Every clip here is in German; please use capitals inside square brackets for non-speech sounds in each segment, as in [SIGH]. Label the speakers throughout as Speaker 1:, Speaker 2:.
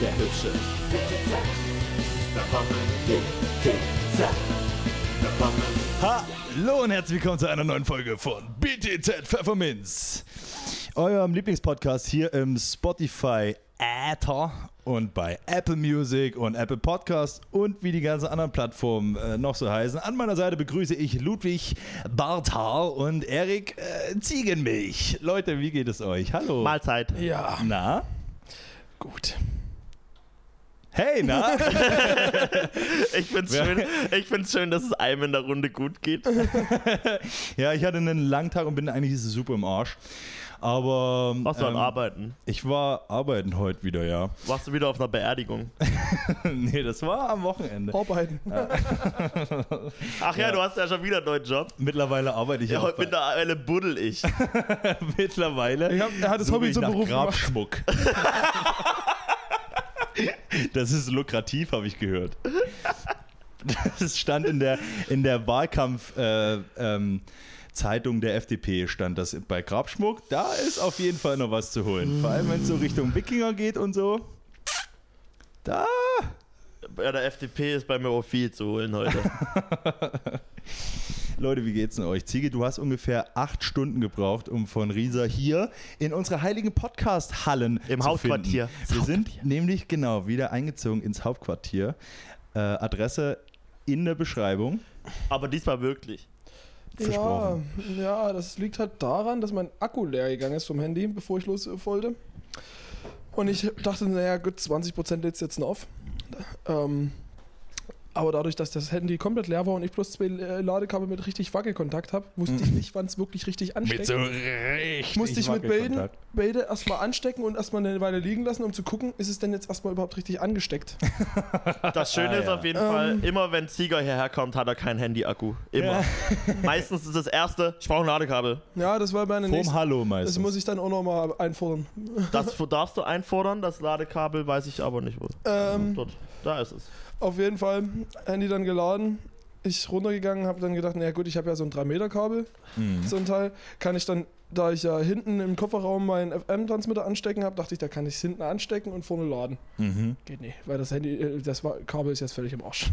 Speaker 1: der Hübsche. Da kommen die Pizza. Da kommen
Speaker 2: Hallo und herzlich willkommen zu einer neuen Folge von BTZ Pfefferminz, eurem Lieblingspodcast hier im Spotify Äther und bei Apple Music und Apple Podcast und wie die ganzen anderen Plattformen äh, noch so heißen. An meiner Seite begrüße ich Ludwig Barthaar und Erik äh, Ziegenmilch. Leute, wie geht es euch? Hallo.
Speaker 3: Mahlzeit.
Speaker 4: Ja,
Speaker 2: na?
Speaker 4: gut.
Speaker 2: Hey,
Speaker 3: [LAUGHS]
Speaker 2: na?
Speaker 3: [LAUGHS] Ich find's, schön, ich find's schön, dass es einem in der Runde gut
Speaker 4: [LAUGHS]
Speaker 3: geht.
Speaker 2: ja, ich hatte einen langen Tag und bin eigentlich super im Arsch. Aber.
Speaker 3: Warst du am
Speaker 2: ähm,
Speaker 3: Arbeiten?
Speaker 2: Ich war arbeiten heute wieder, ja. [LAUGHS]
Speaker 3: Warst du wieder auf einer Beerdigung?
Speaker 2: nee, das war am Wochenende.
Speaker 4: Arbeiten.
Speaker 3: Ach ja,
Speaker 2: Ja.
Speaker 3: du hast ja schon wieder einen neuen Job.
Speaker 2: Mittlerweile arbeite ich
Speaker 3: Ja,
Speaker 2: auch
Speaker 3: heute
Speaker 2: bei-
Speaker 3: mittlerweile buddel ich.
Speaker 2: [LAUGHS] mittlerweile.
Speaker 4: Ich hab- er hat das
Speaker 2: suche
Speaker 4: Hobby
Speaker 2: ich
Speaker 4: zum
Speaker 2: nach
Speaker 4: Beruf gemacht.
Speaker 2: Grabschmuck. [LAUGHS] das ist lukrativ, habe ich gehört. Das stand in der, in der Wahlkampf äh, ähm, Zeitung der FDP stand das bei Grabschmuck. Da ist auf jeden Fall noch was zu holen. Vor allem, wenn es so Richtung Wikinger geht und so. Da
Speaker 3: Bei der FDP ist bei mir auch viel zu holen
Speaker 2: [LAUGHS]
Speaker 3: heute.
Speaker 2: Leute, wie geht's denn euch? Ziege, du hast ungefähr acht Stunden gebraucht, um von Risa hier in unsere heiligen Podcast-Hallen
Speaker 3: Im
Speaker 2: zu
Speaker 3: Hauptquartier.
Speaker 2: Finden.
Speaker 3: Das
Speaker 2: Wir sind nämlich genau wieder eingezogen ins Hauptquartier. Äh, Adresse in der Beschreibung.
Speaker 3: Aber diesmal wirklich.
Speaker 2: Versprochen.
Speaker 4: Ja, ja, das liegt halt daran, dass mein Akku leer gegangen ist vom Handy, bevor ich los wollte. Und ich dachte, naja, gut, 20% lädt jetzt noch auf. Ähm, aber dadurch, dass das Handy komplett leer war und ich bloß zwei äh, Ladekabel mit richtig Wackelkontakt habe, wusste ich nicht, wann es wirklich richtig ansteckt.
Speaker 2: Mhm. richtig
Speaker 4: musste ich mit Bälden, Bälde erstmal anstecken und erstmal eine Weile liegen lassen, um zu gucken, ist es denn jetzt erstmal überhaupt
Speaker 2: [LAUGHS]
Speaker 4: richtig angesteckt.
Speaker 3: Das Schöne
Speaker 2: Ah,
Speaker 3: ist
Speaker 2: ja.
Speaker 3: auf jeden
Speaker 4: Ähm.
Speaker 3: Fall, immer wenn Sieger hierher kommt, hat er kein Handy-Akku. Immer.
Speaker 4: [LAUGHS]
Speaker 3: Meistens ist das erste, ich brauche ein Ladekabel.
Speaker 4: Ja, das war meine
Speaker 2: Vorm
Speaker 4: nächste.
Speaker 2: Hallo
Speaker 4: Das
Speaker 2: meistens.
Speaker 4: muss ich dann auch nochmal einfordern. Ähm,
Speaker 3: Das darfst du einfordern, das Ladekabel weiß ich aber nicht wo.
Speaker 4: Ähm,
Speaker 3: Dort, da ist es.
Speaker 4: Auf jeden Fall, Handy dann geladen. Ich runtergegangen, habe dann gedacht, naja gut, ich habe ja so ein 3-Meter-Kabel,
Speaker 2: Mhm.
Speaker 4: so ein Teil. Kann ich dann, da ich ja hinten im Kofferraum meinen FM-Transmitter anstecken habe, dachte ich, da kann ich es hinten anstecken und vorne laden.
Speaker 2: Mhm.
Speaker 4: Geht nicht, weil das Handy, äh, das war, Kabel ist jetzt völlig im Arsch.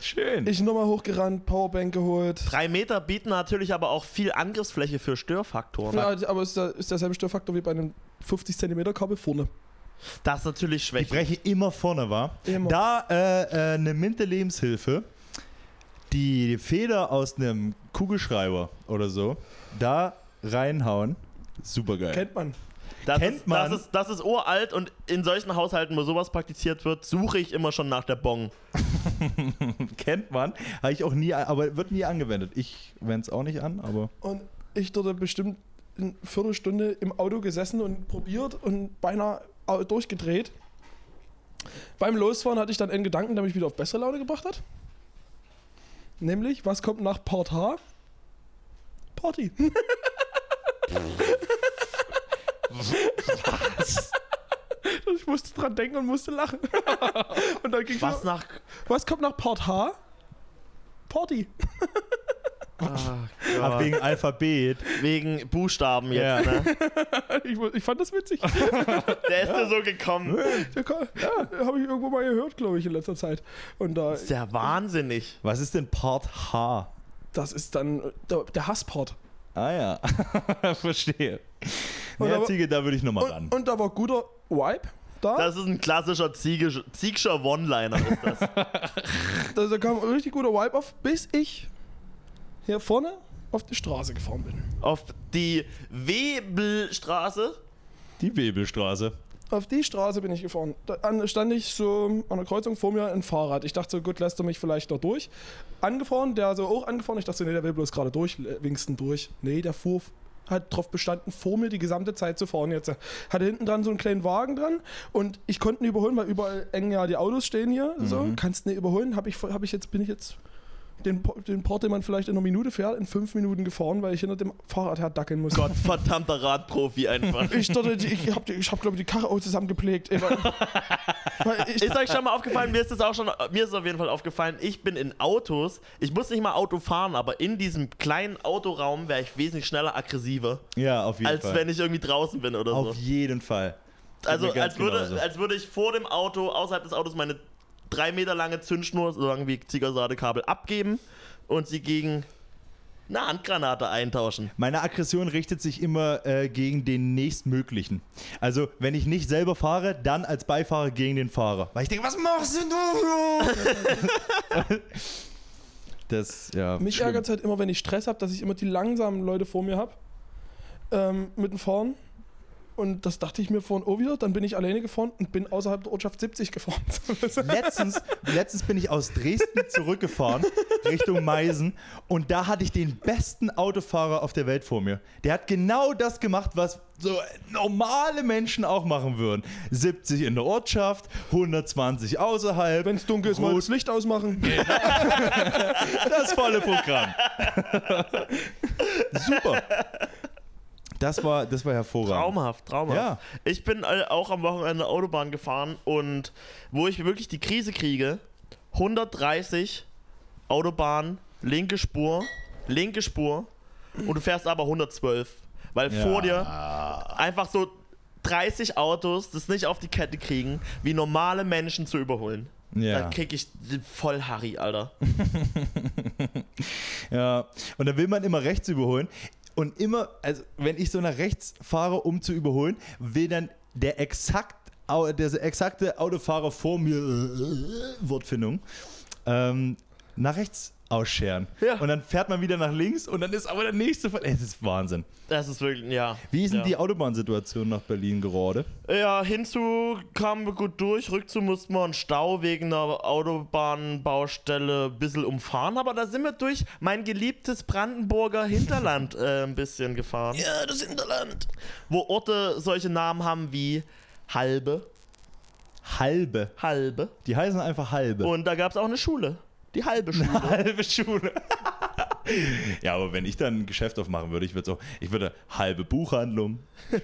Speaker 2: Schön.
Speaker 4: Ich nochmal hochgerannt, Powerbank geholt.
Speaker 3: Drei Meter bieten natürlich aber auch viel Angriffsfläche für Störfaktoren.
Speaker 4: Ja, aber es ist, der, ist derselbe Störfaktor wie bei einem 50-Zentimeter-Kabel vorne.
Speaker 3: Das ist natürlich
Speaker 2: Ich
Speaker 3: schwäch.
Speaker 2: breche immer vorne, war.
Speaker 4: Immer.
Speaker 2: Da äh, äh, eine Minte Lebenshilfe, die Feder aus einem Kugelschreiber oder so, da reinhauen. Supergeil.
Speaker 4: Kennt man.
Speaker 3: Das,
Speaker 2: Kennt
Speaker 3: ist,
Speaker 2: man.
Speaker 3: Das, ist, das ist uralt und in solchen Haushalten, wo sowas praktiziert wird, suche ich immer schon nach der Bong.
Speaker 2: Kennt man. Habe ich auch nie, aber wird nie angewendet. Ich wende es auch nicht an, aber.
Speaker 4: Und ich dort bestimmt eine Viertelstunde im Auto gesessen und probiert und beinahe au- durchgedreht. Beim Losfahren hatte ich dann einen Gedanken, der mich wieder auf bessere Laune gebracht hat. Nämlich, was kommt nach Part H? Party. ich musste dran denken und musste lachen. und dann ging
Speaker 3: Was
Speaker 4: was,
Speaker 3: nach.
Speaker 4: was kommt nach Part H? Party.
Speaker 2: Ach, wegen Alphabet.
Speaker 3: ah, Wegen Buchstaben jetzt. Ne?
Speaker 4: Ich, ich fand das witzig.
Speaker 3: Der ist nur so gekommen.
Speaker 4: Der Ka- [LAUGHS] Habe ich irgendwo mal gehört, glaube ich, in letzter Zeit. Und da,
Speaker 3: Ist ja wahnsinnig.
Speaker 2: Was ist denn Part H?
Speaker 4: das ist dann äh, der, der Hasspart.
Speaker 2: Ah ja, [LAUGHS] verstehe.
Speaker 4: Und
Speaker 2: Ja,
Speaker 4: aber-
Speaker 2: Ziege, da würde ich nochmal ran.
Speaker 4: Und, und da war guter Vibe da.
Speaker 3: Das ist ein klassischer Ziege, Ziegscher One-Liner. ist das.
Speaker 4: da, da kam ein richtig guter Vibe auf, bis ich hier vorne auf die Straße gefahren bin.
Speaker 3: Auf die Webelstraße.
Speaker 2: Die Webelstraße.
Speaker 4: Auf die Straße bin ich gefahren. Da an- stand ich so an der Kreuzung vor mir ein Fahrrad. Ich dachte so, gut, lässt er mich vielleicht noch durch. Angefahren, der so auch angefahren. Ich dachte so, nee, der will bloß gerade durch, äh, winksten durch. Nee, der fuhr, hat drauf bestanden, vor mir die gesamte Zeit zu fahren jetzt. Hatte hinten dran so einen kleinen Wagen dran und ich konnte ihn überholen, weil überall eng ja die Autos stehen hier. So, kannst nicht überholen. Hab ich, hab ich jetzt, bin ich jetzt den, Po- den Port, den man vielleicht in einer Minute fährt, in fünf Minuten gefahren, weil ich hinter dem Fahrrad her dackeln musste.
Speaker 3: Gott, verdammter Radprofi einfach.
Speaker 4: Ich, dachte, die- ich habe, ich hab, glaube ich, die Karre auch zusammengepflegt. Ey, weil,
Speaker 2: [LAUGHS]
Speaker 4: weil ich,
Speaker 3: Ist euch schon mal aufgefallen? Mir ist es auch schon, mir ist es auf jeden Fall aufgefallen. Ich bin in Autos. Ich muss nicht mal Auto fahren, aber in diesem kleinen Autoraum wäre ich wesentlich schneller aggressiver,
Speaker 2: Ja, auf jeden
Speaker 3: als
Speaker 2: Fall.
Speaker 3: wenn ich irgendwie draußen bin oder
Speaker 2: auf
Speaker 3: so.
Speaker 2: jeden Fall.
Speaker 3: Also
Speaker 2: mir ganz
Speaker 3: als würde,
Speaker 2: genauso.
Speaker 3: als würde ich vor dem Auto, außerhalb des Autos, meine drei Meter lange Zündschnur, so lang wie Ziegersadekabel, abgeben und sie gegen eine Handgranate eintauschen.
Speaker 2: Meine Aggression richtet sich immer äh, gegen den nächstmöglichen. Also, wenn ich nicht selber fahre, dann als Beifahrer gegen den Fahrer. Weil ich denke, was machst du? du? [LAUGHS] das, ja.
Speaker 4: Mich
Speaker 2: schlimm.
Speaker 4: ärgert es halt immer, wenn ich Stress habe, dass ich immer die langsamen Leute vor mir habe. Ähm, mit dem Fahren. Und das dachte ich mir vorhin auch wieder. Dann bin ich alleine gefahren und bin außerhalb der Ortschaft 70 gefahren. [LAUGHS]
Speaker 2: Letztens, letztens bin ich aus Dresden
Speaker 4: [LAUGHS]
Speaker 2: zurückgefahren, Richtung Meisen, und da hatte ich den besten Autofahrer auf der Welt vor mir. Der hat genau das gemacht, was so normale Menschen auch machen würden. 70 in der Ortschaft, 120 außerhalb.
Speaker 4: Wenn es dunkel ist, mal das Licht ausmachen.
Speaker 2: Das volle Programm. [LAUGHS] Super. Das war, das war hervorragend.
Speaker 3: Traumhaft, traumhaft.
Speaker 2: Ja.
Speaker 3: Ich bin äh, auch am Wochenende Autobahn gefahren und wo ich wirklich die Krise kriege, 130 Autobahn, linke Spur, linke Spur und du fährst aber 112, weil
Speaker 2: Ja.
Speaker 3: vor dir einfach so 30 Autos das nicht auf die Kette kriegen, wie normale Menschen zu überholen.
Speaker 2: Ja.
Speaker 3: Dann krieg ich voll Harry, Alter.
Speaker 2: ja. Und dann will man immer rechts überholen. Und immer, also wenn ich so nach rechts fahre, um zu überholen, will dann der exakt, au- der exakte Autofahrer vor mir, äh, Wortfindung, ähm, nach rechts ausscheren.
Speaker 3: Ja.
Speaker 2: Und dann fährt man wieder nach links und dann ist aber der nächste. Ver- Ey, Das ist Wahnsinn.
Speaker 3: Das ist wirklich, ja.
Speaker 2: Wie ist denn
Speaker 3: ja.
Speaker 2: die Autobahnsituation nach Berlin gerade?
Speaker 3: Ja, hinzu kamen wir gut durch, rückzu mussten wir einen Stau wegen einer Autobahnbaustelle ein bisschen umfahren, aber da sind wir durch mein geliebtes Brandenburger Hinterland äh, ein bisschen gefahren. Ja, das Hinterland. Wo Orte solche Namen haben wie Halbe,
Speaker 2: Halbe.
Speaker 3: Halbe.
Speaker 2: Die heißen einfach halbe.
Speaker 3: Und da gab es auch eine Schule. Die halbe Schule. [LAUGHS]
Speaker 2: halbe Schule. [LAUGHS] ja, aber wenn ich dann ein Geschäft aufmachen würde, ich würde so, ich würde halbe Buchhandlung, [LAUGHS]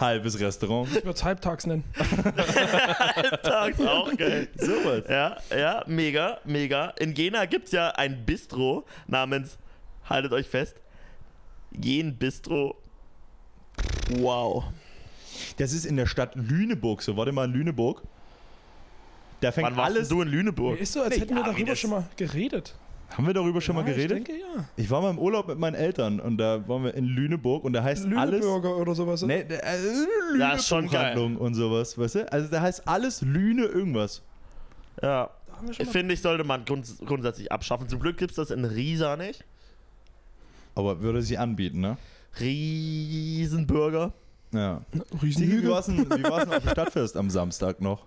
Speaker 2: halbes Restaurant,
Speaker 4: Ich würde es halbtags nennen.
Speaker 3: Halbtags auch geil.
Speaker 2: sowas.
Speaker 3: Ja, ja, mega, mega. In Jena gibt es ja ein Bistro namens, haltet euch fest, Jen Bistro. Wow.
Speaker 2: Das ist in der Stadt Lüneburg so. Warte mal, Lüneburg. Da fängt
Speaker 3: Wann warst
Speaker 2: alles.
Speaker 3: denn du in Lüneburg?
Speaker 4: Ist so, als
Speaker 2: Nee,
Speaker 4: hätten wir
Speaker 2: ja, wie
Speaker 4: darüber
Speaker 2: das-
Speaker 4: schon mal geredet.
Speaker 2: Haben wir darüber schon mal
Speaker 4: Ja,
Speaker 2: geredet?
Speaker 4: Ich denke, ja.
Speaker 2: Ich, war mal im Urlaub mit meinen Eltern und da waren wir in Lüneburg und da heißt alles.
Speaker 4: Lüneburger oder sowas.
Speaker 2: Nee, da- äh,
Speaker 3: Ja, ist schon geil.
Speaker 2: Lünebuchhandlung und sowas, weißt du? Also da heißt alles Lüne irgendwas.
Speaker 3: Ja.
Speaker 4: Da haben wir schon mal
Speaker 3: Finde ich, sollte man grunds grundsätzlich abschaffen. Zum Glück gibt es das in Riesa nicht.
Speaker 2: Aber würde sie anbieten, ne?
Speaker 3: Riesenburger.
Speaker 2: Ja. Sigi, wie
Speaker 4: Riesenhügel.
Speaker 2: war's denn, wie war's denn auf dem Stadtfest am Samstag noch?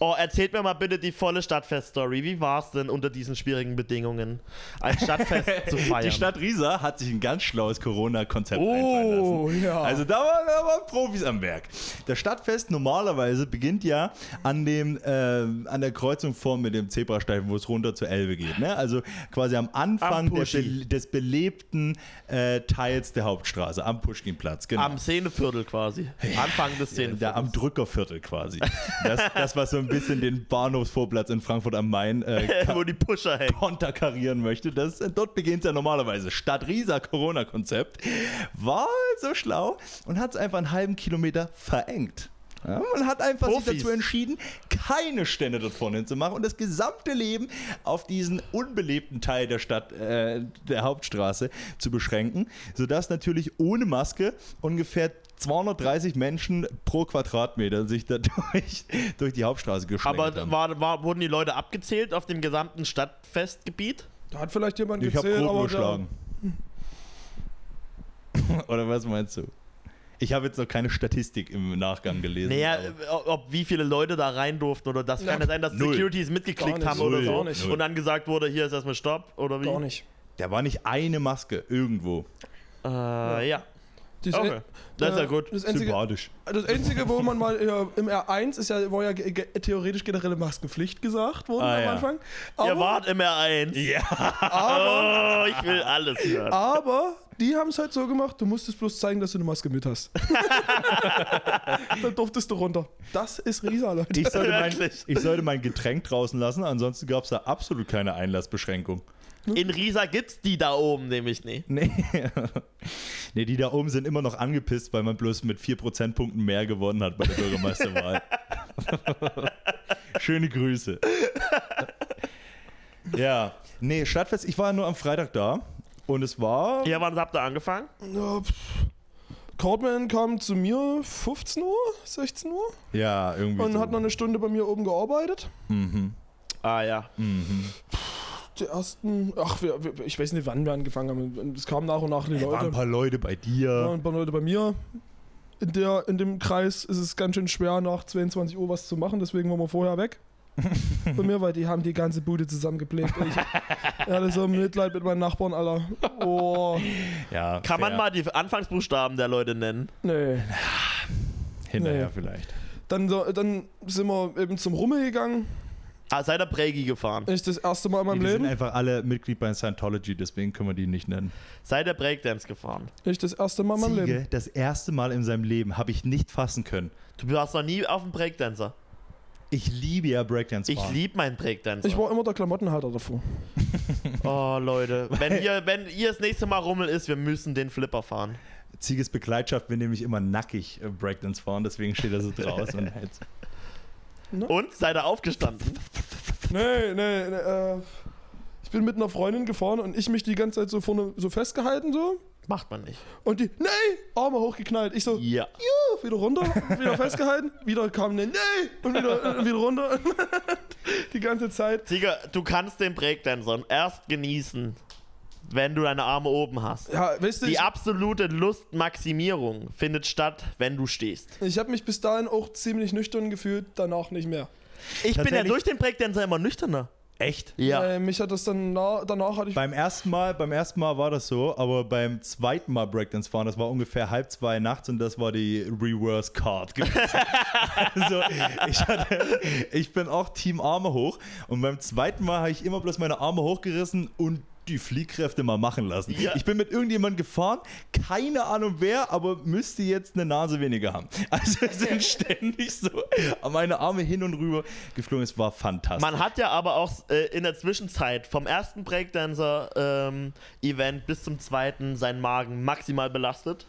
Speaker 3: Oh, erzählt mir mal bitte die volle Stadtfest-Story. Wie war es denn unter diesen schwierigen Bedingungen, ein
Speaker 2: [LAUGHS]
Speaker 3: Stadtfest zu feiern?
Speaker 2: Die Stadt Riesa hat sich ein ganz schlaues Corona-Konzept einfallen lassen.
Speaker 4: Oh, ja.
Speaker 2: Also da waren, da waren Profis am Werk. Das Stadtfest normalerweise beginnt ja an, dem, ähm, an der Kreuzung vorn mit dem Zebrastreifen, wo es runter zur Elbe geht. Ne? Also quasi am Anfang
Speaker 3: Am
Speaker 2: der
Speaker 3: Puschi.
Speaker 2: be des belebten äh, Teils der Hauptstraße, am Puschkinplatz. Genau.
Speaker 3: Am Szeneviertel quasi. Anfang des Szeneviertels.
Speaker 2: Da am Drückerviertel quasi. Das, das, was so ein bisschen den Bahnhofsvorplatz in Frankfurt am Main äh,
Speaker 3: [LAUGHS] Wo die Pusher hängen.
Speaker 2: konterkarieren möchte. Das, dort beginnt ja normalerweise. Stadt Riesa Corona-Konzept war so schlau und hat es einfach einen halben Kilometer verengt. Ja, man hat einfach sich
Speaker 3: Profis.
Speaker 2: dazu entschieden, keine Stände dort vorne hinzumachen und das gesamte Leben auf diesen unbelebten Teil der Stadt, äh, der Hauptstraße zu beschränken, sodass natürlich ohne Maske ungefähr 230 Menschen pro Quadratmeter sich dadurch [LAUGHS] durch die Hauptstraße geschlängelt
Speaker 3: Aber
Speaker 2: haben.
Speaker 3: war, war, wurden die Leute abgezählt auf dem gesamten Stadtfestgebiet?
Speaker 4: Da hat vielleicht jemand
Speaker 2: Ich habe
Speaker 4: gezählt,
Speaker 2: grob
Speaker 4: aber
Speaker 2: überschlagen. [LAUGHS] Oder was meinst du? Ich habe jetzt noch keine Statistik im Nachgang gelesen.
Speaker 3: Naja,
Speaker 2: aber-
Speaker 3: ob, ob wie viele Leute da rein durften oder das. Kann ja sein, dass
Speaker 2: Null.
Speaker 3: Securities mitgeklickt
Speaker 4: Gar nicht.
Speaker 3: haben oder
Speaker 2: Null.
Speaker 3: so.
Speaker 4: Gar nicht.
Speaker 3: Und dann gesagt wurde, hier ist erstmal Stopp oder
Speaker 4: Da,
Speaker 3: wie?
Speaker 4: gar nicht.
Speaker 2: da war nicht eine Maske irgendwo.
Speaker 3: Äh, ja.
Speaker 4: Das,
Speaker 3: Okay. Das ist ja gut.
Speaker 4: Das einzige,
Speaker 2: Sympathisch.
Speaker 4: Das Einzige, wo man mal äh, im R1 ist ja, war ja ge- ge- theoretisch generelle Maskenpflicht gesagt worden
Speaker 2: Ah,
Speaker 4: am
Speaker 2: ja.
Speaker 4: Anfang.
Speaker 3: Ihr
Speaker 4: Aber,
Speaker 3: wart im R1. [LAUGHS] Oh, ich will alles hören.
Speaker 4: aber die haben es halt so gemacht, du musstest bloß zeigen, dass du eine Maske
Speaker 2: [LAUGHS]
Speaker 4: mit hast. Dann durftest du runter. Das ist Riesa, Leute. [LAUGHS]
Speaker 2: Ich sollte, mein,
Speaker 3: Wirklich?
Speaker 2: ich sollte mein Getränk draußen lassen, ansonsten gab es da absolut keine Einlassbeschränkung.
Speaker 3: In Riesa gibt's die da oben nämlich nicht.
Speaker 2: Nee. [LAUGHS] nee, die da oben sind immer noch angepisst, weil man bloß mit 4 Prozentpunkten mehr gewonnen hat bei der Bürgermeisterwahl. [LAUGHS] Schöne Grüße. ja, nee, Stadtfest, ich war nur am Freitag da und es war.
Speaker 3: Ja, wann habt ihr angefangen?
Speaker 4: Ja, pff. Cordman kam zu mir 15 Uhr, 16 Uhr
Speaker 2: Ja, irgendwie.
Speaker 4: und
Speaker 2: so.
Speaker 4: hat noch eine Stunde bei mir oben gearbeitet.
Speaker 2: mhm.
Speaker 3: Ah ja.
Speaker 4: Die ersten, ach, wir, wir, ich weiß nicht, wann wir angefangen haben. Es kamen nach und nach die
Speaker 2: Da waren
Speaker 4: Leute.
Speaker 2: ein paar Leute bei
Speaker 4: Ja,
Speaker 2: dir.
Speaker 4: ein paar Leute bei mir. In, der, in dem Kreis ist es ganz schön schwer, nach 22 Uhr was zu machen, deswegen waren wir
Speaker 2: [LAUGHS]
Speaker 4: vorher weg. bei mir, weil die haben die ganze Bude zusammengepflegt. Und Ich ich hatte so Mitleid mit meinen Nachbarn, Alter. Oh,
Speaker 2: Ja,
Speaker 3: Kann man
Speaker 2: fair.
Speaker 3: mal die Anfangsbuchstaben der Leute nennen?
Speaker 4: nee.
Speaker 2: Hinterher
Speaker 4: Nee.
Speaker 2: vielleicht.
Speaker 4: Dann, so, dann sind wir eben zum Rummel gegangen.
Speaker 3: Ah, seid ihr Prägi gefahren?
Speaker 4: Ist das erste Mal in
Speaker 2: Die
Speaker 4: meinem
Speaker 2: sind
Speaker 4: Leben.
Speaker 2: einfach alle Mitglied bei Scientology, deswegen können wir die nicht nennen.
Speaker 3: Seid ihr Breakdance gefahren?
Speaker 4: Ist das erste Mal in meinem Leben.
Speaker 2: Ziege, das erste Mal in seinem Leben habe ich nicht fassen können.
Speaker 3: Du warst noch nie auf dem Breakdancer.
Speaker 2: Ich liebe ja Breakdance.
Speaker 3: Ich liebe meinen Breakdancer.
Speaker 4: Ich war immer der Klamottenhalter davor.
Speaker 3: oh, Leute. Wenn ihr, wenn ihr das nächste Mal Rummel ist, wir müssen den Flipper fahren.
Speaker 2: Zieges Begleitschaft will nämlich immer nackig äh, Breakdance fahren, deswegen steht er so draußen und halt hält's.
Speaker 3: Und? Seid ihr aufgestanden?
Speaker 4: Nee, nee, nee. Äh, ich bin mit einer Freundin gefahren und ich mich die ganze Zeit so vorne so festgehalten so.
Speaker 3: Macht man nicht.
Speaker 4: Und die, nee, Arme hochgeknallt. Ich so,
Speaker 3: Ja.
Speaker 4: Juhu, wieder runter, wieder festgehalten, wieder kam eine, nee, und wieder, und wieder runter. [LAUGHS] die ganze Zeit.
Speaker 3: Sieger, du kannst den Breakdancer erst genießen, wenn du deine Arme oben hast.
Speaker 4: Ja, weißt du,
Speaker 3: Die
Speaker 4: ich,
Speaker 3: absolute Lustmaximierung findet statt, wenn du stehst.
Speaker 4: ich habe mich bis dahin auch ziemlich nüchtern gefühlt, danach nicht mehr.
Speaker 3: Ich bin ja
Speaker 2: Tatsächlich-
Speaker 3: durch den Breakdancer immer nüchterner.
Speaker 2: Echt?
Speaker 4: Äh, mich hat das dann, na, danach hatte ich,
Speaker 2: Beim ersten Mal, beim ersten Mal war das so, aber beim zweiten Mal Breakdance fahren, das war ungefähr halb zwei nachts und das war die Reverse Card gewesen. [LAUGHS] also ich, hatte, ich bin auch Team Arme hoch und beim zweiten Mal habe ich immer bloß meine Arme hochgerissen und die Fliehkräfte mal machen lassen.
Speaker 3: Ja.
Speaker 2: Ich bin mit irgendjemandem gefahren, keine Ahnung wer, aber müsste jetzt eine Nase weniger haben. Also es
Speaker 3: [LAUGHS]
Speaker 2: sind ständig so meine Arme hin und rüber geflogen. Es war fantastisch.
Speaker 3: Man hat ja aber auch äh, in der Zwischenzeit vom ersten Breakdancer-Event bis zum zweiten seinen Magen maximal belastet.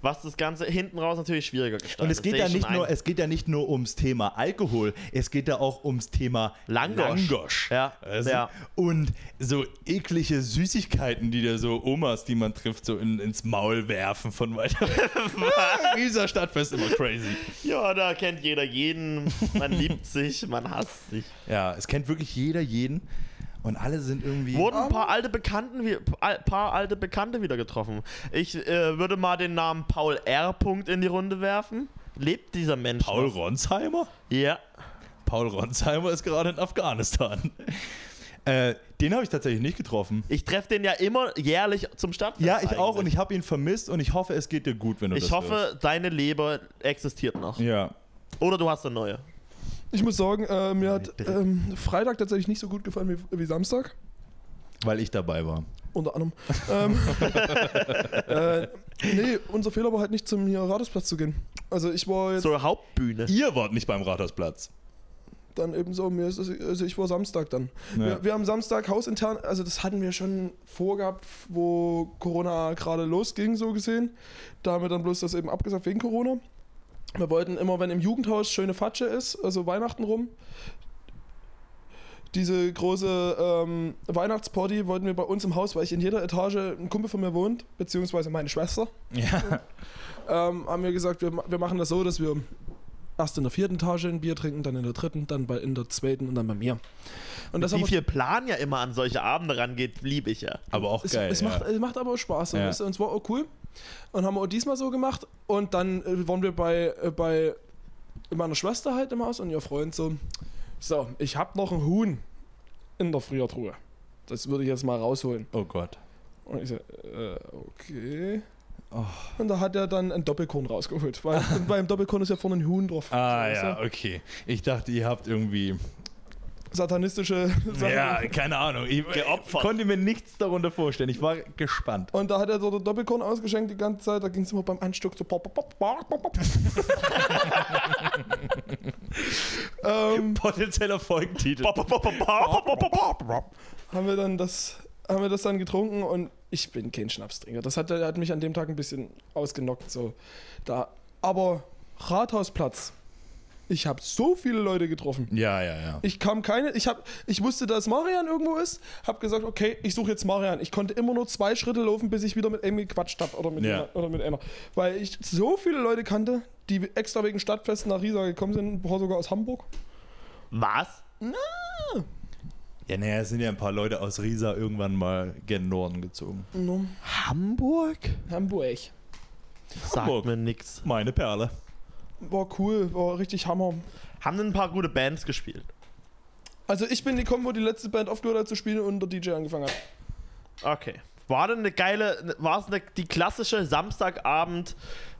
Speaker 3: Was das Ganze hinten raus natürlich schwieriger gestaltet.
Speaker 2: Und es geht,
Speaker 3: Sehe
Speaker 2: ja
Speaker 3: ich schon
Speaker 2: nicht nur,
Speaker 3: ein.
Speaker 2: es geht ja nicht nur ums Thema Alkohol, es geht ja auch ums Thema
Speaker 3: Langosch.
Speaker 2: Langosch.
Speaker 3: Ja,
Speaker 2: Weißt du?
Speaker 3: ja.
Speaker 2: Und so eklige Süßigkeiten, die da so Omas, die man trifft, so in, ins Maul werfen von weiter
Speaker 3: [LAUGHS]
Speaker 2: weg. Dieser Stadtfest immer crazy.
Speaker 3: Ja, da kennt jeder jeden. Man liebt sich, man hasst sich.
Speaker 2: Ja, es kennt wirklich jeder jeden und alle sind irgendwie.
Speaker 3: Wurden ein paar alte Bekannten, wie- al- paar alte Bekannte wieder getroffen. Ich äh, würde mal den Namen Paul R. Punkt in die Runde werfen. Lebt dieser Mensch?
Speaker 2: Paul
Speaker 3: noch?
Speaker 2: Ronsheimer?
Speaker 3: Ja.
Speaker 2: Paul Ronsheimer ist gerade in Afghanistan. Äh, den habe ich tatsächlich nicht getroffen.
Speaker 3: Ich treffe den ja immer jährlich zum Stadtfest.
Speaker 2: Ja, ich auch
Speaker 3: eigentlich.
Speaker 2: und ich habe ihn vermisst und ich hoffe, es geht dir gut, wenn du das
Speaker 3: Ich hoffe,
Speaker 2: hörst.
Speaker 3: deine Leber existiert noch.
Speaker 2: Ja.
Speaker 3: Oder du hast eine neue.
Speaker 4: ich muss sagen, äh, mir hat ähm, Freitag tatsächlich nicht so gut gefallen wie, wie Samstag.
Speaker 2: Weil ich dabei war.
Speaker 4: Unter anderem. ähm, äh, nee, unser Fehler war halt nicht zum hier Rathausplatz zu gehen. Also ich war jetzt
Speaker 3: Zur Hauptbühne.
Speaker 2: Ihr wart nicht beim Rathausplatz.
Speaker 4: dann eben so, mir ist das, also ich war Samstag dann.
Speaker 2: Ja.
Speaker 4: Wir, wir haben Samstag hausintern, also das hatten wir schon vorgehabt, wo Corona gerade losging, so gesehen. Da haben wir dann bloß das eben abgesagt wegen Corona. Wir wollten immer, wenn im Jugendhaus schöne Fatsche ist, also Weihnachten rum, diese große ähm, Weihnachtsparty wollten wir bei uns im Haus, weil ich in jeder Etage ein Kumpel von mir wohnt, beziehungsweise meine Schwester,
Speaker 2: Ja.
Speaker 4: ähm, haben wir gesagt, wir, ma- wir machen das so, dass wir erst in der vierten Etage ein Bier trinken, dann in der dritten, dann bei, in der zweiten und dann bei mir. Und das haben
Speaker 3: Wie
Speaker 4: wir-
Speaker 3: viel Plan ja immer an solche Abende rangeht, lieb ich ja.
Speaker 2: Aber auch
Speaker 4: es,
Speaker 2: geil.
Speaker 4: es,
Speaker 2: ja.
Speaker 4: macht, es macht aber auch Spaß.
Speaker 2: Ja.
Speaker 4: Ja. Und es war auch cool. Und haben wir auch diesmal so gemacht. Und dann äh, waren wir bei, äh, bei meiner Schwester halt im Haus und ihr Freund so: So, ich hab noch ein Huhn in der Friertruhe. Das würde ich jetzt mal rausholen.
Speaker 2: oh Gott.
Speaker 4: Und ich so: äh, Okay.
Speaker 2: Oh.
Speaker 4: Und da hat er dann ein Doppelkorn
Speaker 2: [LAUGHS]
Speaker 4: rausgeholt. Weil beim Doppelkorn ist ja vorne ein Huhn drauf.
Speaker 2: Ah
Speaker 4: So,
Speaker 2: ja,
Speaker 4: so
Speaker 2: okay. Ich dachte, ihr habt irgendwie.
Speaker 4: Satanistische [LAUGHS] Sachen.
Speaker 2: Ja, keine Ahnung. Ich Geopfert. konnte mir nichts darunter vorstellen. Ich war gespannt.
Speaker 4: Und da hat er so den Doppelkorn ausgeschenkt die ganze Zeit. Da ging es immer beim Anstück so. Pop, pop, pop, pop, pop, pop. ähm,
Speaker 2: Potenzieller Folgentitel.
Speaker 4: haben wir dann das haben wir das dann getrunken und ich bin kein Schnapstrinker. Das hat, hat mich an dem Tag ein bisschen ausgenockt so da. Aber Rathausplatz. Ich habe so viele Leute getroffen.
Speaker 2: Ja, ja, ja.
Speaker 4: Ich kam keine, ich hab, ich wusste, dass Marian irgendwo ist, habe gesagt, okay, ich suche jetzt Marian. Ich konnte immer nur zwei Schritte laufen, bis ich wieder mit Amy gequatscht habe oder mit
Speaker 2: Ja.
Speaker 4: einer, oder mit einer, weil ich so viele Leute kannte, die extra wegen Stadtfesten nach Riesa gekommen sind, ein paar sogar aus Hamburg.
Speaker 3: Was?
Speaker 2: Ja, naja, es sind ja ein paar Leute aus Riesa irgendwann mal gen Norden gezogen.
Speaker 3: Hamburg?
Speaker 4: Hamburg.
Speaker 3: Sagt
Speaker 2: Hamburg.
Speaker 3: mir nix.
Speaker 2: Meine Perle.
Speaker 4: War cool, war richtig Hammer.
Speaker 3: Haben denn ein paar gute Bands gespielt?
Speaker 4: Also ich bin gekommen, wo die letzte Band aufgehört hat zu spielen und der DJ angefangen hat.
Speaker 3: Okay. War denn eine geile, war es eine, die klassische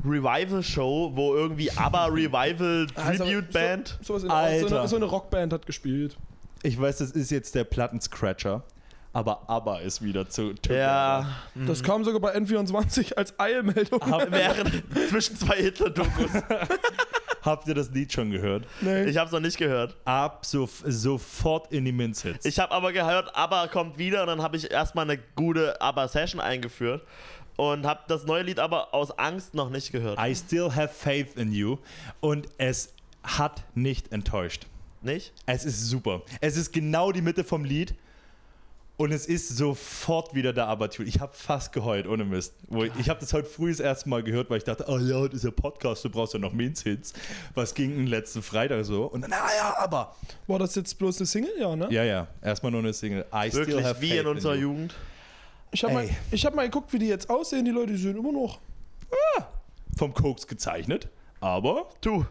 Speaker 3: Samstagabend-Revival-Show, wo irgendwie
Speaker 2: [LAUGHS]
Speaker 3: ABBA Revival
Speaker 4: Also,
Speaker 3: Tribute Band?
Speaker 4: So, sowas in der Art. so,
Speaker 2: Alter.
Speaker 4: eine, so eine Rockband hat gespielt.
Speaker 2: Ich weiß, das ist jetzt der Plattenscratcher. Aber ABBA ist wieder zu
Speaker 3: ja,
Speaker 4: Das kam sogar bei N24 als Eilmeldung.
Speaker 3: während [LAUGHS] zwischen zwei Hitler-Dokus.
Speaker 2: Habt ihr das Lied schon gehört?
Speaker 4: Nee.
Speaker 3: Ich hab's noch nicht gehört.
Speaker 2: Ab so, sofort in die Minzhits.
Speaker 3: Ich habe aber gehört, ABBA kommt wieder und dann habe ich erstmal eine gute ABBA-Session eingeführt und habe das neue Lied aber aus Angst noch nicht gehört.
Speaker 2: I still have faith in you. Und es hat nicht enttäuscht.
Speaker 3: Nicht?
Speaker 2: Es ist super. Es ist genau die Mitte vom Lied. Und es ist sofort wieder der Abertune. Ich habe fast geheult, ohne Mist. Wo ich ich habe das heute früh das erste Mal gehört, weil ich dachte, oh ja, das ist ja Podcast, du brauchst ja noch Minz-Hits. Was ging denn letzten Freitag so? Und dann, ah ja, aber.
Speaker 4: War das jetzt bloß eine Single? Ja, ne?
Speaker 2: Ja, ja, erstmal nur eine Single. I still
Speaker 3: Wirklich
Speaker 2: have
Speaker 3: wie
Speaker 2: faith
Speaker 3: in unserer
Speaker 2: you.
Speaker 3: Jugend.
Speaker 4: Ich habe mal,
Speaker 2: Ey.
Speaker 4: ich hab mal geguckt, wie die jetzt aussehen. Die Leute, die sind immer noch.
Speaker 2: Vom Koks gezeichnet, aber
Speaker 3: Du,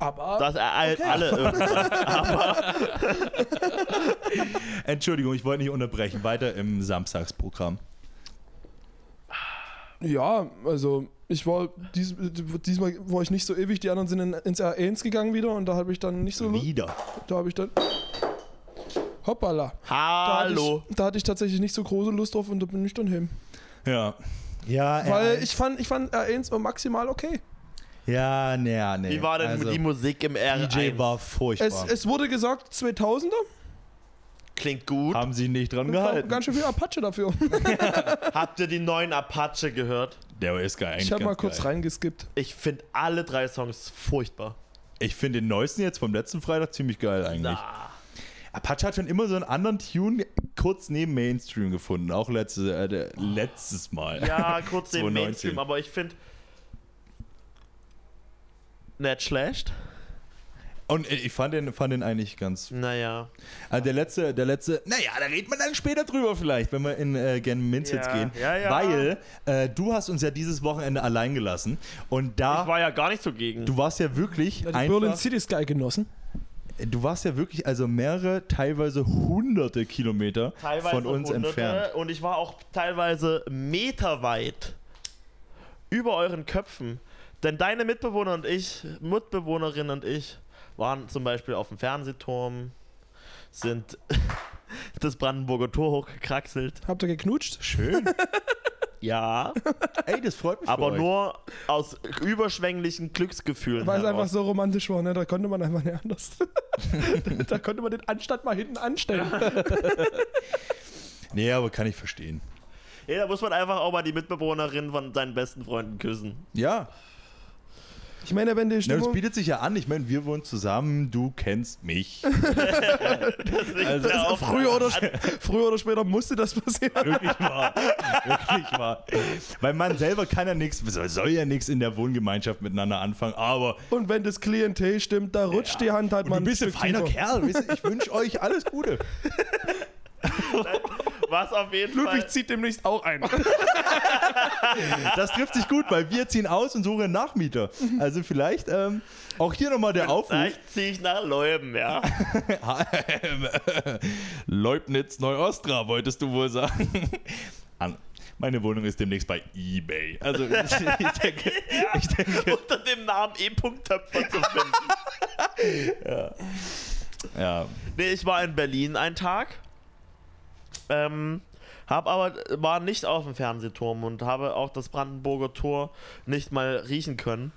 Speaker 4: Aber
Speaker 3: das
Speaker 2: [LAUGHS]
Speaker 3: ereilt alle äh, irgendwann.
Speaker 2: Entschuldigung, ich wollte nicht unterbrechen. Weiter im Samstagsprogramm.
Speaker 4: ja, also ich war dies, diesmal war ich nicht so ewig. Die anderen sind in, ins R1 gegangen wieder und da habe ich dann nicht so.
Speaker 2: Wieder.
Speaker 4: Da habe ich dann. Hoppala. Da hatte
Speaker 3: Hallo.
Speaker 4: Ich, da hatte ich tatsächlich nicht so große Lust drauf und da bin ich dann hin.
Speaker 2: Ja. Ja, halt.
Speaker 4: Weil
Speaker 2: ja,
Speaker 4: ich fand, ich fand R1 war maximal okay.
Speaker 2: ja, nee, ja, nee.
Speaker 3: Wie war denn
Speaker 2: also,
Speaker 3: die Musik im
Speaker 2: DJ
Speaker 3: R1?
Speaker 2: war furchtbar.
Speaker 4: Es, es wurde gesagt 2000er.
Speaker 3: Klingt gut.
Speaker 2: Haben sie nicht dran
Speaker 4: Ich glaub,
Speaker 2: gehalten.
Speaker 4: Ganz schön viel Apache dafür.
Speaker 3: Habt ihr die neuen Apache gehört?
Speaker 2: Der ist geil. eigentlich
Speaker 4: Ich habe
Speaker 2: ganz
Speaker 4: mal kurz
Speaker 2: geil.
Speaker 4: reingeskippt.
Speaker 3: Ich finde alle drei Songs furchtbar.
Speaker 2: Ich finde den neuesten jetzt vom letzten Freitag ziemlich geil eigentlich.
Speaker 3: Na.
Speaker 2: Apache hat schon immer so einen anderen Tune kurz neben Mainstream gefunden, auch letzte, äh, der- letztes Mal.
Speaker 3: Ja, kurz [LAUGHS] den
Speaker 2: 2019.
Speaker 3: Mainstream, aber ich finde. Nicht schlecht.
Speaker 2: Und äh, ich fand den, fand den eigentlich ganz.
Speaker 3: Naja.
Speaker 2: Also der letzte, der letzte, naja, da reden wir dann später drüber vielleicht, wenn wir in äh, Gen Minz jetzt
Speaker 3: Ja,
Speaker 2: gehen.
Speaker 3: ja, ja.
Speaker 2: Weil äh, du hast uns ja dieses Wochenende allein gelassen und da.
Speaker 3: Ich war ja gar nicht so gegen.
Speaker 2: Du warst ja wirklich
Speaker 4: Ja, die
Speaker 2: einfach,
Speaker 4: Berlin City Sky genossen.
Speaker 2: du warst ja wirklich also mehrere, teilweise hunderte Kilometer
Speaker 3: teilweise
Speaker 2: von uns
Speaker 3: Hunderte
Speaker 2: entfernt.
Speaker 3: Und ich war auch teilweise meterweit über euren Köpfen. Denn deine Mitbewohner und ich, Mitbewohnerin und ich, waren zum Beispiel auf dem Fernsehturm, sind [LAUGHS] das Brandenburger Tor hochgekraxelt.
Speaker 4: Habt ihr geknutscht?
Speaker 2: Schön.
Speaker 3: Ja,
Speaker 2: Ey, das freut mich.
Speaker 3: [LAUGHS] aber
Speaker 2: für euch.
Speaker 3: nur aus überschwänglichen Glücksgefühlen.
Speaker 4: Weil es
Speaker 3: heraus.
Speaker 2: oh.
Speaker 4: einfach so romantisch war, ne? Da konnte man einfach nicht anders. [LAUGHS] da konnte man den Anstand mal hinten anstellen.
Speaker 2: Nee, aber kann ich verstehen.
Speaker 3: ja, da muss man einfach auch mal die Mitbewohnerin von seinen besten Freunden küssen.
Speaker 2: Ja,
Speaker 4: Ich meine, wenn die
Speaker 2: na, das
Speaker 4: Stimmung.
Speaker 2: bietet sich ja an. Ich meine, wir wohnen zusammen, du kennst mich. Also,
Speaker 3: Ja, auch-
Speaker 4: Früher oder, sp- früher oder später musste das passieren.
Speaker 2: Wirklich wahr. Wirklich wahr. Weil man selber kann ja nichts, soll soll ja nichts in der Wohngemeinschaft miteinander anfangen, aber
Speaker 4: Und wenn das Klientel stimmt, da rutscht die Hand halt
Speaker 2: und
Speaker 4: mal
Speaker 2: du bist ein
Speaker 4: Stück
Speaker 2: feiner
Speaker 4: tiefer.
Speaker 2: Kerl. wisst ihr, Ich wünsche euch alles Gute.
Speaker 3: Was auf jeden
Speaker 4: Ludwig
Speaker 3: Fall.
Speaker 4: zieht demnächst auch ein.
Speaker 2: Das trifft sich gut, weil wir ziehen aus und suchen einen Nachmieter. Also vielleicht ähm, auch hier nochmal der Aufruf.
Speaker 3: Vielleicht ziehe ich nach Leuben,
Speaker 4: [LAUGHS]
Speaker 3: ja.
Speaker 2: [LAUGHS] Leubnitz Neuostra, wolltest du wohl sagen. An. Meine Wohnung ist demnächst bei eBay. Also [LAUGHS] ich, ich denke, ich denke
Speaker 3: unter dem Namen E. Töpfer zu
Speaker 4: [LAUGHS]
Speaker 3: finden.
Speaker 2: ja,
Speaker 3: nee, ich war in Berlin einen Tag. Ähm, hab aber war nicht auf dem Fernsehturm und habe auch das Brandenburger Tor nicht mal riechen können.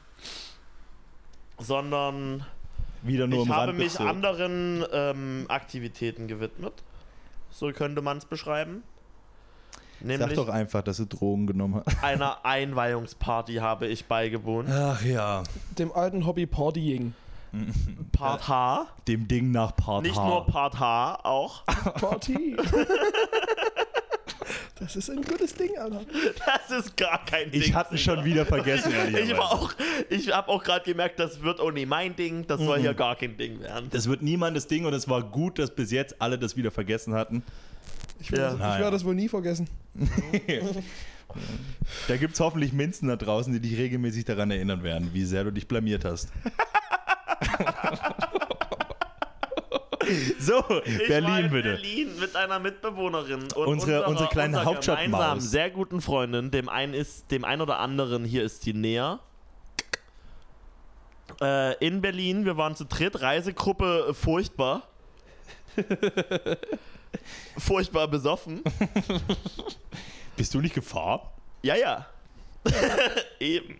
Speaker 3: sondern
Speaker 2: Wieder nur
Speaker 3: ich
Speaker 2: im
Speaker 3: habe
Speaker 2: Rand.
Speaker 3: mich anderen ähm, Aktivitäten gewidmet. So könnte man es beschreiben.
Speaker 2: Sag
Speaker 3: Nämlich
Speaker 2: doch [LAUGHS] einfach, dass du Drogen genommen hast.
Speaker 3: einer Einweihungsparty habe ich beigewohnt.
Speaker 2: Ach ja.
Speaker 4: Dem alten Hobby Partying.
Speaker 3: Part H.
Speaker 2: Dem Ding nach Part
Speaker 3: Nicht
Speaker 2: äh, H.
Speaker 3: nur Part H, auch. [LAUGHS]
Speaker 4: Party. [LAUGHS] das ist ein gutes Ding, Alter.
Speaker 3: Das ist gar kein Ding.
Speaker 2: ich hatte
Speaker 3: Digga.
Speaker 2: schon wieder vergessen,
Speaker 3: [LAUGHS] Ich,
Speaker 2: ehrlicherweise.
Speaker 3: war auch- ich habe auch gerade gemerkt, das wird auch nie mein Ding, das
Speaker 2: Mhm.
Speaker 3: soll hier gar kein Ding werden.
Speaker 2: Das wird niemandes Ding und es war gut, dass bis jetzt alle das wieder vergessen hatten.
Speaker 4: Ich werde
Speaker 3: Ja.
Speaker 4: das, ich
Speaker 2: Ah, ja.
Speaker 4: werde das wohl nie vergessen.
Speaker 2: Da gibt es hoffentlich Minzen da draußen, die dich regelmäßig daran erinnern werden, wie sehr du dich blamiert
Speaker 3: [LAUGHS]
Speaker 2: hast. so,
Speaker 3: Ich war
Speaker 2: Berlin
Speaker 3: in
Speaker 2: bitte.
Speaker 3: Berlin mit einer Mitbewohnerin und
Speaker 2: Unsere-
Speaker 3: unserer,
Speaker 2: unsere kleine
Speaker 3: unserer
Speaker 2: Hauptstadtmaus.
Speaker 3: gemeinsamen, sehr guten Freundin. Dem einen ist, dem einen oder anderen hier ist die näher. Äh, in Berlin, wir waren zu dritt, Reisegruppe
Speaker 2: [LAUGHS]
Speaker 3: äh, furchtbar. furchtbar besoffen.
Speaker 2: Bist du nicht Gefahr?
Speaker 3: Ja, ja. [LAUGHS]
Speaker 2: [LAUGHS]
Speaker 3: Eben.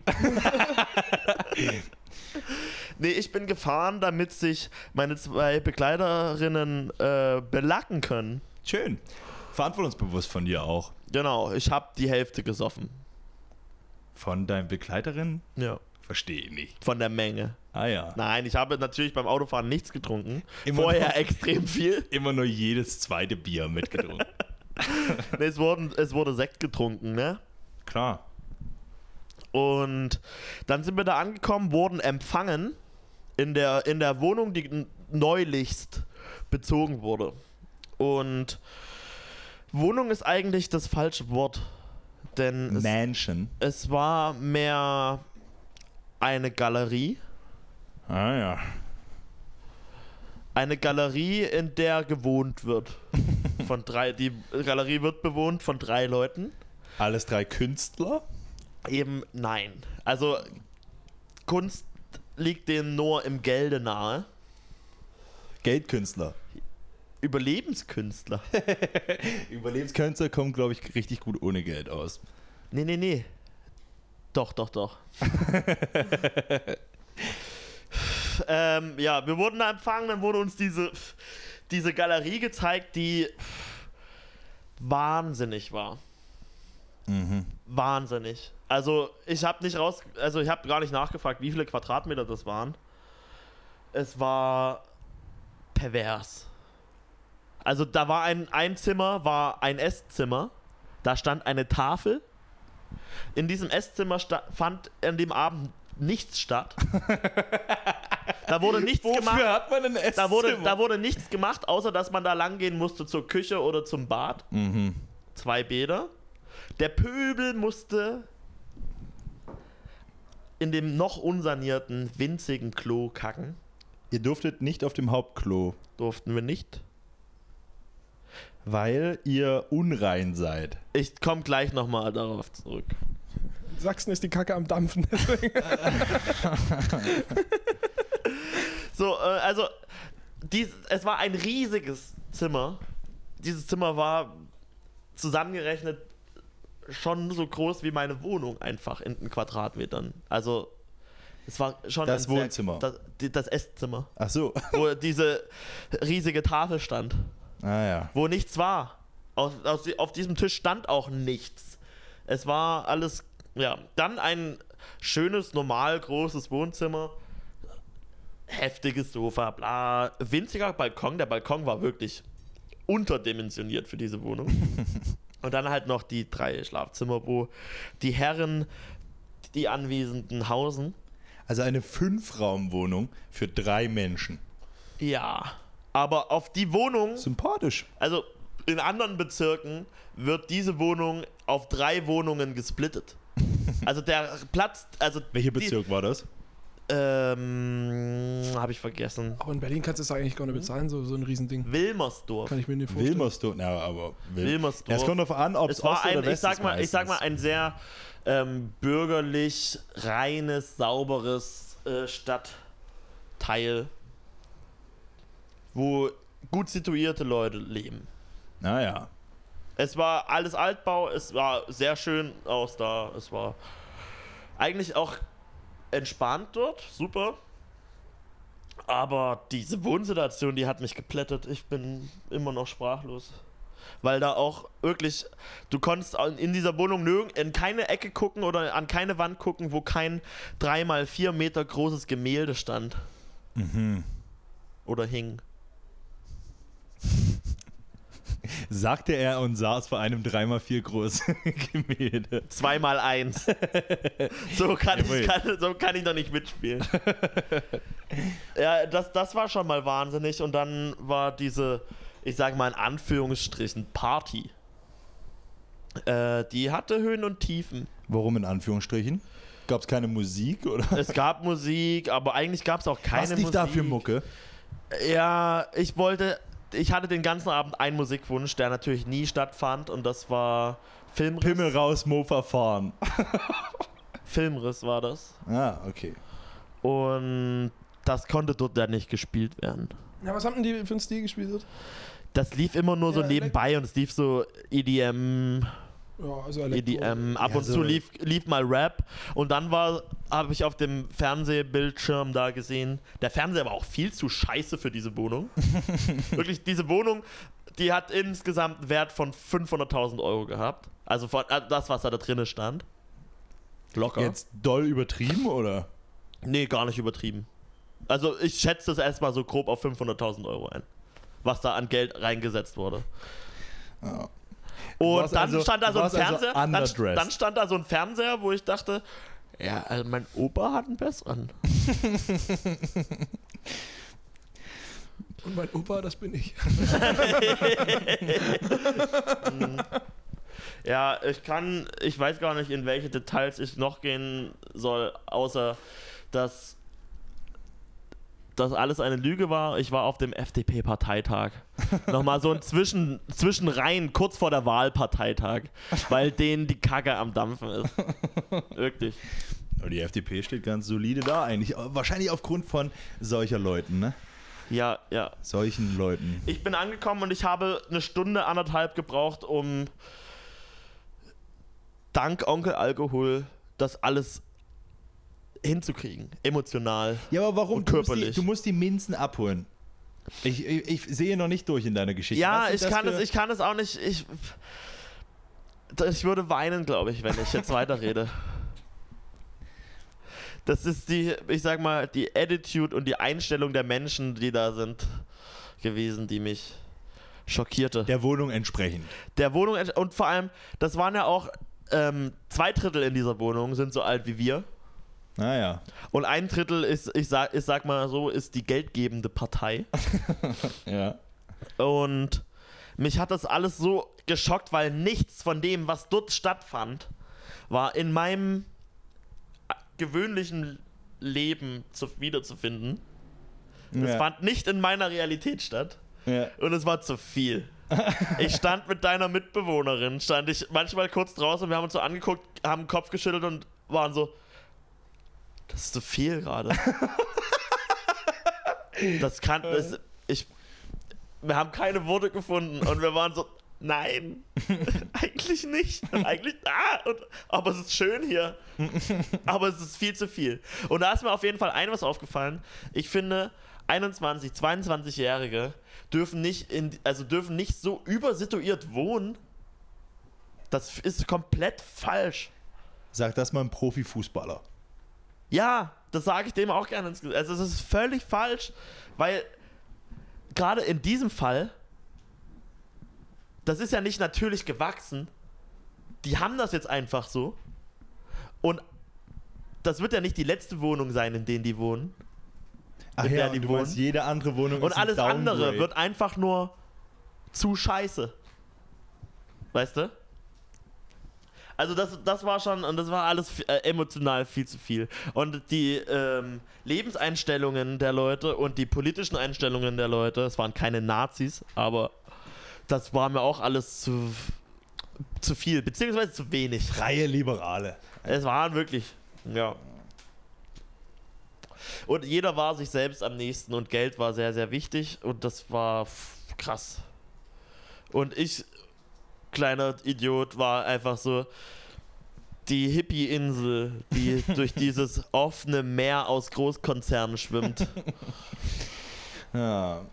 Speaker 3: nee, ich bin gefahren, damit sich meine zwei Begleiterinnen äh, belacken können.
Speaker 2: Schön. Verantwortungsbewusst von dir auch.
Speaker 3: Genau, ich habe die Hälfte gesoffen.
Speaker 2: Von deinen Begleiterinnen?
Speaker 3: Ja.
Speaker 2: Verstehe nicht.
Speaker 3: Von der Menge.
Speaker 2: Ah ja.
Speaker 3: Nein, ich habe natürlich beim Autofahren nichts getrunken.
Speaker 2: Immer
Speaker 3: Vorher
Speaker 2: noch.
Speaker 3: extrem viel.
Speaker 2: Immer nur jedes zweite Bier mitgedrungen.
Speaker 3: [LAUGHS] Nee, es, wurden, es wurde Sekt getrunken, ne?
Speaker 2: Klar.
Speaker 3: Und dann sind wir da angekommen, wurden empfangen in der, in der Wohnung, die n- neulichst bezogen wurde. Und Wohnung ist eigentlich das falsche Wort, denn es,
Speaker 2: Mansion.
Speaker 3: es war mehr eine Galerie.
Speaker 2: Ah ja.
Speaker 3: Eine Galerie, in der gewohnt wird. [LAUGHS] Von drei, die Galerie wird bewohnt von drei Leuten.
Speaker 2: Alles drei Künstler?
Speaker 3: Eben nein. Also Kunst liegt denen nur im Gelde nahe.
Speaker 2: Geldkünstler.
Speaker 3: Überlebenskünstler. [LAUGHS]
Speaker 2: Überlebenskünstler kommen, glaube ich, richtig gut ohne Geld aus.
Speaker 3: Nee, nee, nee. Doch, doch, doch. ähm, ja, wir wurden da empfangen, dann wurde uns diese, diese Galerie gezeigt, die wahnsinnig war. Wahnsinnig. Also ich habe nicht raus, also ich habe gar nicht nachgefragt, wie viele Quadratmeter das waren. Es war pervers. Also da war ein, ein Zimmer, war ein Esszimmer. Da stand eine Tafel. In diesem Esszimmer sta- fand an dem Abend nichts statt. da wurde nichts gemacht.
Speaker 2: hat man ein Essen?
Speaker 3: Da wurde, da wurde nichts gemacht, außer dass man da lang gehen musste zur Küche oder zum Bad. Zwei Bäder. Der Pöbel musste in dem noch unsanierten, winzigen Klo kacken.
Speaker 2: Ihr durftet nicht auf dem Hauptklo,
Speaker 3: Durften wir nicht.
Speaker 2: weil ihr unrein seid.
Speaker 3: Ich komme gleich nochmal darauf zurück.
Speaker 4: Sachsen ist die Kacke am Dampfen. [LAUGHS]
Speaker 3: So, äh, also, dies, es war ein riesiges Zimmer. Dieses Zimmer war zusammengerechnet schon so groß wie meine Wohnung einfach in den Quadratmetern. Also, es war schon.
Speaker 2: Das
Speaker 3: ein sehr-
Speaker 2: Wohnzimmer.
Speaker 3: Das, die- das Esszimmer,
Speaker 2: Ach
Speaker 3: [LAUGHS]
Speaker 2: so.
Speaker 3: wo diese riesige Tafel stand,
Speaker 2: Ah ja.
Speaker 3: wo nichts war. Auf, auf, auf diesem Tisch stand auch nichts. Es war alles, ja. Dann ein schönes, normal großes Wohnzimmer heftiges Sofa, bla. Winziger Balkon, der Balkon war wirklich unterdimensioniert für diese Wohnung. Und dann halt noch die drei Schlafzimmer, wo die Herren, die Anwesenden hausen.
Speaker 2: Also eine Fünfraumwohnung für drei Menschen.
Speaker 3: Ja. Aber auf die Wohnung,
Speaker 2: Sympathisch.
Speaker 3: also in anderen Bezirken, wird diese Wohnung auf drei Wohnungen
Speaker 2: [LAUGHS]
Speaker 3: gesplittet. Also der Platz, also.
Speaker 2: Welcher Bezirk war das?
Speaker 3: Die, ähm, habe ich vergessen.
Speaker 4: Aber in Berlin kannst du es eigentlich gar nicht bezahlen, so, so ein Riesending.
Speaker 3: Wilmersdorf.
Speaker 4: Kann ich mir nicht vorstellen.
Speaker 2: Wilmersdorf. Na, aber Wil
Speaker 3: Wilmersdorf.
Speaker 2: Ja, Es kommt darauf an, ob
Speaker 3: Es war
Speaker 2: Ost oder
Speaker 3: ein,
Speaker 2: West
Speaker 3: ich sag
Speaker 2: ist
Speaker 3: mal, ich sag mal,
Speaker 2: meistens.
Speaker 3: ein sehr ähm, bürgerlich, reines, sauberes äh, Stadtteil, wo gut situierte Leute leben.
Speaker 2: Naja.
Speaker 3: Es war alles Altbau, es war sehr schön aus da, es war eigentlich auch entspannt dort, super. Aber diese Wohnsituation, die hat mich geplättet. Ich bin immer noch sprachlos. Weil da auch wirklich, du konntest an- in dieser Wohnung nirgend, in keine Ecke gucken oder an keine Wand gucken, wo kein 3x4 Meter großes Gemälde stand. Oder hing.
Speaker 2: Sagte er und saß vor einem 3x4 großen [LAUGHS] Gemälde.
Speaker 3: 2x1. so, kann
Speaker 2: Jawohl.
Speaker 3: ich, kann, so kann ich noch nicht mitspielen. ja, das, das war schon mal wahnsinnig. Und dann war diese, ich sag mal in Anführungsstrichen, Party. Äh, die hatte Höhen und Tiefen.
Speaker 2: Warum in Anführungsstrichen? Gab es keine Musik oder?
Speaker 3: Es gab Musik, aber eigentlich gab es auch keine
Speaker 2: Was lief
Speaker 3: Musik.
Speaker 2: da für Mucke?
Speaker 3: Ja, ich wollte, ich hatte den ganzen Abend einen Musikwunsch, der natürlich nie stattfand. Und das war Filmriss.
Speaker 2: Pimmel raus, Mofa fahren.
Speaker 3: Filmriss war das.
Speaker 2: Ah, okay.
Speaker 3: Und das konnte dort dann nicht gespielt werden.
Speaker 4: Ja, was haben denn die für einen Stil gespielt?
Speaker 3: Das lief immer nur so
Speaker 4: Ja,
Speaker 3: nebenbei und es lief so E EDM,
Speaker 4: Ja, also Elektro.
Speaker 3: EDM. E Ab
Speaker 2: Ja,
Speaker 3: und
Speaker 2: so-
Speaker 3: zu lief, lief mal Rap und dann war, habe ich auf dem Fernsehbildschirm da gesehen. Der Fernseher war auch viel zu scheiße für diese
Speaker 2: [LAUGHS]
Speaker 3: Wohnung. Wirklich, diese Wohnung, die hat insgesamt einen Wert von 500.000 Euro gehabt. Also von, äh, das, was da, da drinne stand. Locker.
Speaker 2: Jetzt doll übertrieben oder?
Speaker 3: Nee, gar nicht übertrieben. Also ich schätze das erstmal so grob auf 500.000 Euro ein, was da an Geld reingesetzt wurde.
Speaker 2: Ja.
Speaker 3: Und
Speaker 2: warst
Speaker 3: dann
Speaker 2: also-
Speaker 3: stand da
Speaker 2: du
Speaker 3: so ein
Speaker 2: warst also
Speaker 3: Fernseher, dann,
Speaker 2: underdressed.
Speaker 3: dann stand da so ein Fernseher, wo ich dachte, ja, also mein Opa hat einen besseren.
Speaker 4: Und mein Opa, das bin ich.
Speaker 3: Mhm. ja, ich kann, ich weiß gar nicht, in welche Details ich noch gehen soll, außer dass das alles eine Lüge war. Ich war auf dem FDP-Parteitag. Nochmal so ein Zwischen, Zwischenreihen kurz vor der Wahl-Parteitag, weil denen die Kacke am Dampfen ist. Wirklich.
Speaker 2: Aber Die FDP steht ganz solide da eigentlich. Aber Wahrscheinlich aufgrund von solcher Leuten, ne?
Speaker 3: Ja, ja.
Speaker 2: Solchen Leuten.
Speaker 3: Ich bin angekommen und ich habe eine Stunde, anderthalb gebraucht, um dank Onkel Alkohol das alles hinzukriegen. Emotional.
Speaker 2: Ja, aber warum?
Speaker 3: Und
Speaker 2: Du musst, die,
Speaker 3: körperlich.
Speaker 2: du musst die Minzen abholen. Ich, ich, ich sehe noch nicht durch in deiner Geschichte. Was
Speaker 3: ja,
Speaker 2: sind
Speaker 3: ich
Speaker 2: das
Speaker 3: kann,
Speaker 2: für-
Speaker 3: es, ich kann es auch nicht. Ich, ich würde weinen, glaube ich, wenn ich jetzt weiterrede. Das ist die, ich sag mal, die Attitude und die Einstellung der Menschen, die da sind, gewesen, die mich schockierte.
Speaker 2: Der Wohnung entsprechend.
Speaker 3: der Wohnung ents- und vor allem, das waren ja auch ähm, zwei Drittel in dieser Wohnung sind so alt wie wir
Speaker 2: Naja.
Speaker 3: und ein Drittel ist, ich sag, ich sag mal so, ist die geldgebende Partei
Speaker 2: Ja.
Speaker 3: und mich hat das alles so geschockt, weil nichts von dem, was dort stattfand, war in meinem äh, gewöhnlichen Leben zu, wiederzufinden. Es
Speaker 2: ja.
Speaker 3: fand nicht in meiner Realität statt.
Speaker 2: ja.
Speaker 3: Und es war zu viel. Ich stand mit deiner Mitbewohnerin, stand ich manchmal kurz draußen, wir haben uns so angeguckt, haben den Kopf geschüttelt und waren so, das ist zu viel gerade. Das kann, das, ich, wir haben keine Worte gefunden und wir waren so, nein, eigentlich nicht. Und eigentlich, ah, und, aber es ist schön hier. [LAUGHS] Aber es ist viel zu viel. Und da ist mir auf jeden Fall ein was aufgefallen. Ich finde, 21, 22-Jährige dürfen nicht in, also dürfen nicht so übersituiert wohnen. Das ist komplett falsch.
Speaker 2: Sag das mal einem Profifußballer.
Speaker 3: Ja, das sage ich dem auch gerne ins Gesicht. Also es ist völlig falsch, weil gerade in diesem Fall, das ist ja nicht natürlich gewachsen. Die haben das jetzt einfach so. Und das wird ja nicht die letzte Wohnung sein, in denen die wohnen.
Speaker 2: Ach
Speaker 3: In
Speaker 2: ja,
Speaker 3: der die
Speaker 2: und du
Speaker 3: wohnen.
Speaker 2: meinst, jede andere Wohnung
Speaker 3: Und
Speaker 2: ist ein
Speaker 3: alles andere
Speaker 2: Downgrade.
Speaker 3: wird einfach nur zu scheiße. Weißt du? Also das, das war schon, und das war alles äh, emotional viel zu viel. Und die ähm, Lebenseinstellungen der Leute und die politischen Einstellungen der Leute, es waren keine Nazis, aber das war mir auch alles zu, zu viel, beziehungsweise zu wenig.
Speaker 2: freie Liberale.
Speaker 3: Es waren wirklich, ja. Und jeder war sich selbst am nächsten und Geld war sehr, sehr wichtig und das war f- krass. Und ich, kleiner Idiot, war einfach so, die Hippie-Insel,
Speaker 2: [LAUGHS]
Speaker 3: die durch dieses offene Meer aus
Speaker 2: [LAUGHS]
Speaker 3: Großkonzernen schwimmt.
Speaker 2: Ja.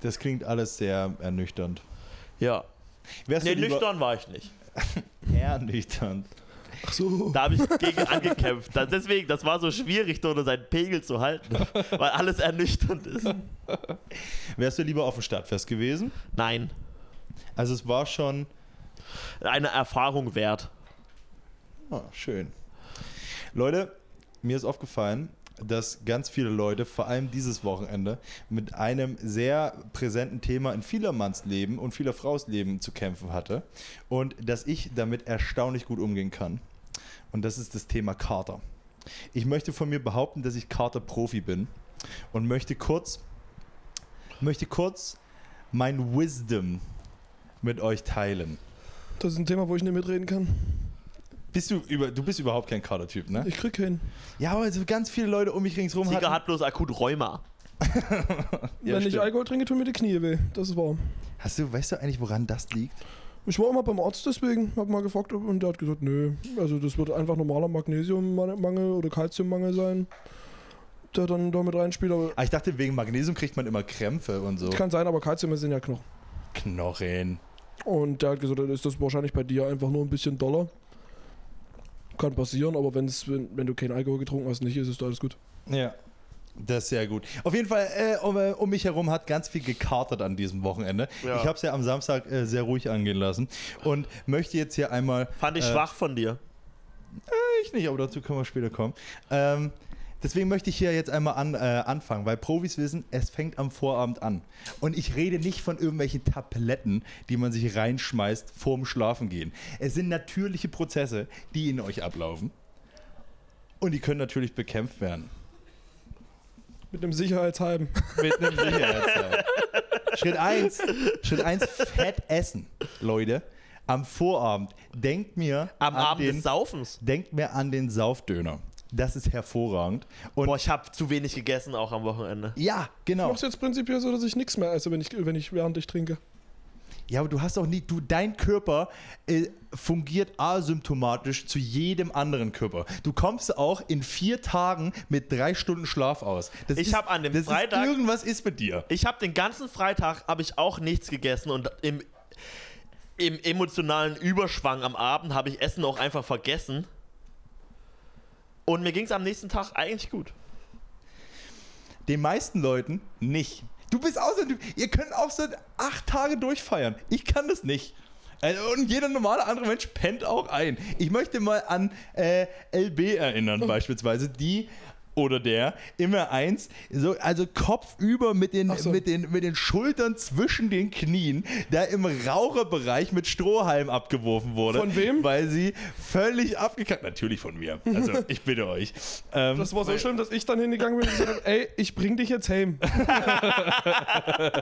Speaker 2: Das klingt alles sehr ernüchternd.
Speaker 3: Ja.
Speaker 2: Wärst
Speaker 3: Nee,
Speaker 2: du lieber-
Speaker 3: nüchtern war ich nicht.
Speaker 2: [LAUGHS] Ernüchternd.
Speaker 4: Ach so.
Speaker 3: Da habe ich gegen angekämpft. Da, deswegen, das war so schwierig, dort seinen Pegel zu halten,
Speaker 2: [LAUGHS]
Speaker 3: weil alles ernüchternd ist.
Speaker 2: Wärst du lieber auf dem Stadtfest gewesen?
Speaker 3: Nein,
Speaker 2: Also es war schon
Speaker 3: eine Erfahrung wert.
Speaker 2: Ah, schön. Leute, mir ist aufgefallen, dass ganz viele Leute, vor allem dieses Wochenende, mit einem sehr präsenten Thema in vieler Manns Leben und vieler Fraus Leben zu kämpfen hatte. Und dass ich damit erstaunlich gut umgehen kann. Und das ist das Thema Kater. Ich möchte von mir behaupten, dass ich Kater-Profi bin und möchte kurz, möchte kurz mein Wisdom mit euch teilen.
Speaker 4: Das ist ein Thema, wo ich nicht mitreden kann.
Speaker 2: Bist du, über, du bist überhaupt kein Kater-Typ, ne?
Speaker 4: Ich krieg hin.
Speaker 2: Ja, aber also ganz viele Leute um mich ringsherum
Speaker 3: Sieger
Speaker 2: hatten.
Speaker 3: hat bloß akut Rheuma.
Speaker 2: Ja,
Speaker 4: Wenn ich
Speaker 2: stimmt.
Speaker 4: Alkohol trinke, tun mir die Knie weh. Das ist wahr.
Speaker 2: Hast du, weißt du eigentlich, woran das liegt?
Speaker 4: Ich war immer beim Arzt deswegen, hab mal gefragt ob- und der hat gesagt, nö, also das wird einfach normaler Magnesiummangel oder Kalziummangel sein, der dann damit reinspielt. Aber
Speaker 2: Ah, ich dachte, wegen Magnesium kriegt man immer Krämpfe und so.
Speaker 4: Kann sein, aber Kalzium sind ja Knochen.
Speaker 2: Knochen.
Speaker 4: Und der hat gesagt, dann ist das wahrscheinlich bei dir einfach nur ein bisschen doller. Kann passieren, aber wenn's, wenn, wenn du keinen Alkohol getrunken hast, nicht, ist es alles gut.
Speaker 2: Ja. Das ist sehr gut. Auf jeden Fall, äh, um, äh, um mich herum hat ganz viel gekartet an diesem Wochenende.
Speaker 3: Ja.
Speaker 2: Ich habe es ja am Samstag äh, sehr ruhig angehen lassen und möchte jetzt hier einmal.
Speaker 3: Fand ich
Speaker 2: äh,
Speaker 3: schwach von dir.
Speaker 2: Ich nicht, aber dazu können wir später kommen. Ähm, deswegen möchte ich hier jetzt einmal an, äh, anfangen, weil Profis wissen, es fängt am Vorabend an. Und ich rede nicht von irgendwelchen Tabletten, die man sich reinschmeißt vorm Schlafengehen. Es sind natürliche Prozesse, die in euch ablaufen. Und die können natürlich bekämpft werden.
Speaker 4: Mit einem Sicherheitshalben.
Speaker 2: Mit einem Sicherheitsseil. Schritt 1. Schritt 1, fett essen, Leute. Am Vorabend denkt mir
Speaker 3: Am
Speaker 2: an
Speaker 3: Abend
Speaker 2: den,
Speaker 3: des Saufens.
Speaker 2: denkt mir an den Saufdöner. Das ist hervorragend. Und
Speaker 3: Boah, ich habe zu wenig gegessen auch am Wochenende.
Speaker 2: Ja,
Speaker 4: Ich
Speaker 2: genau.
Speaker 4: mach's jetzt prinzipiell so, dass ich nichts mehr esse, wenn ich, wenn ich während ich trinke.
Speaker 2: Ja, aber du hast auch nie, du, dein Körper äh, fungiert asymptomatisch zu jedem anderen Körper. Du kommst auch in vier Tagen mit drei Stunden Schlaf aus. Das
Speaker 3: Ich
Speaker 2: ist-
Speaker 3: hab an dem
Speaker 2: das
Speaker 3: Freitag-
Speaker 2: Ist, irgendwas ist mit dir.
Speaker 3: Ich habe den ganzen Freitag habe ich auch nichts gegessen und im, im emotionalen Überschwang am Abend habe ich Essen auch einfach vergessen. Und mir ging es am nächsten Tag eigentlich gut.
Speaker 2: Den meisten Leuten nicht. Du bist auch so ein Typ. Ihr könnt auch so acht Tage durchfeiern. Ich kann das nicht. Äh, Und jeder normale andere Mensch pennt auch ein. Ich möchte mal an äh, LB erinnern,
Speaker 4: Oh.
Speaker 2: beispielsweise, die oder der immer eins, so, also kopfüber mit den,
Speaker 4: Ach so.
Speaker 2: mit, den, mit den Schultern zwischen den Knien, da im Raucherbereich mit Strohhalm abgeworfen wurde.
Speaker 4: Von wem?
Speaker 2: Weil sie völlig abgekackt. Natürlich von mir.
Speaker 4: [LAUGHS]
Speaker 2: Also, ich bitte euch. Ähm,
Speaker 4: Das war so schlimm, dass ich dann hingegangen bin und gesagt hab, ey, ich bring dich jetzt heim.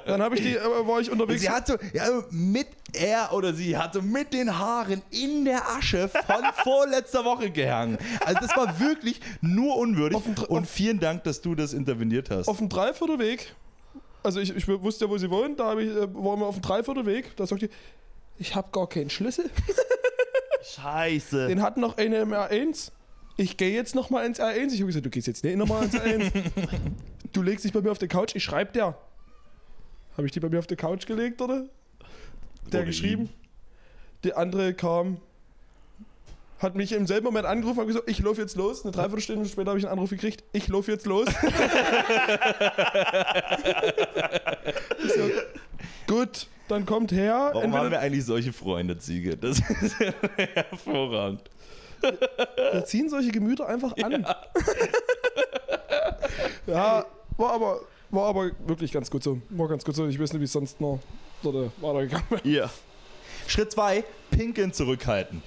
Speaker 4: dann hab ich die, äh, war ich
Speaker 2: Und
Speaker 4: unterwegs.
Speaker 2: sie hat so, ja, mit er oder sie hat so mit den Haaren in der Asche
Speaker 4: [LAUGHS]
Speaker 2: von vorletzter Woche gehangen. Also das war wirklich nur unwürdig. Und vielen Dank, dass du das interveniert hast.
Speaker 4: auf dem Dreiviertelweg, also ich, ich wusste ja, wo sie wohnt, da hab ich, äh, waren wir auf dem Dreiviertelweg, da sagt die, ich habe gar keinen Schlüssel.
Speaker 3: Scheiße.
Speaker 4: Den hat noch eine im R1. Ich gehe jetzt nochmal ins R1. Ich habe gesagt, du gehst jetzt nicht nochmal ins
Speaker 2: [LAUGHS]
Speaker 4: R1. du legst dich bei mir auf die Couch, ich schreib dir. Habe ich die bei mir auf die Couch gelegt, oder? Der
Speaker 2: Oder
Speaker 4: geschrieben.
Speaker 2: ihm.
Speaker 4: Der andere kam, hat mich im selben Moment angerufen und gesagt, ich laufe jetzt los. Eine Dreiviertelstunde später habe ich einen Anruf gekriegt, ich laufe
Speaker 2: [LAUGHS]
Speaker 4: jetzt los. Ich so, Gut, dann kommt her.
Speaker 2: Warum
Speaker 4: entweder-
Speaker 2: haben wir eigentlich solche Freunde, Ziege? Das ist [LAUGHS] hervorragend.
Speaker 4: Da ziehen solche Gemüter einfach an. [LAUGHS] Ja, war, aber, war aber wirklich ganz gut so. War ganz gut so. Ich weiß nicht, wie es sonst noch dort weitergegangen wäre.
Speaker 3: Ihr.
Speaker 2: Schritt 2, Pinkeln zurückhalten.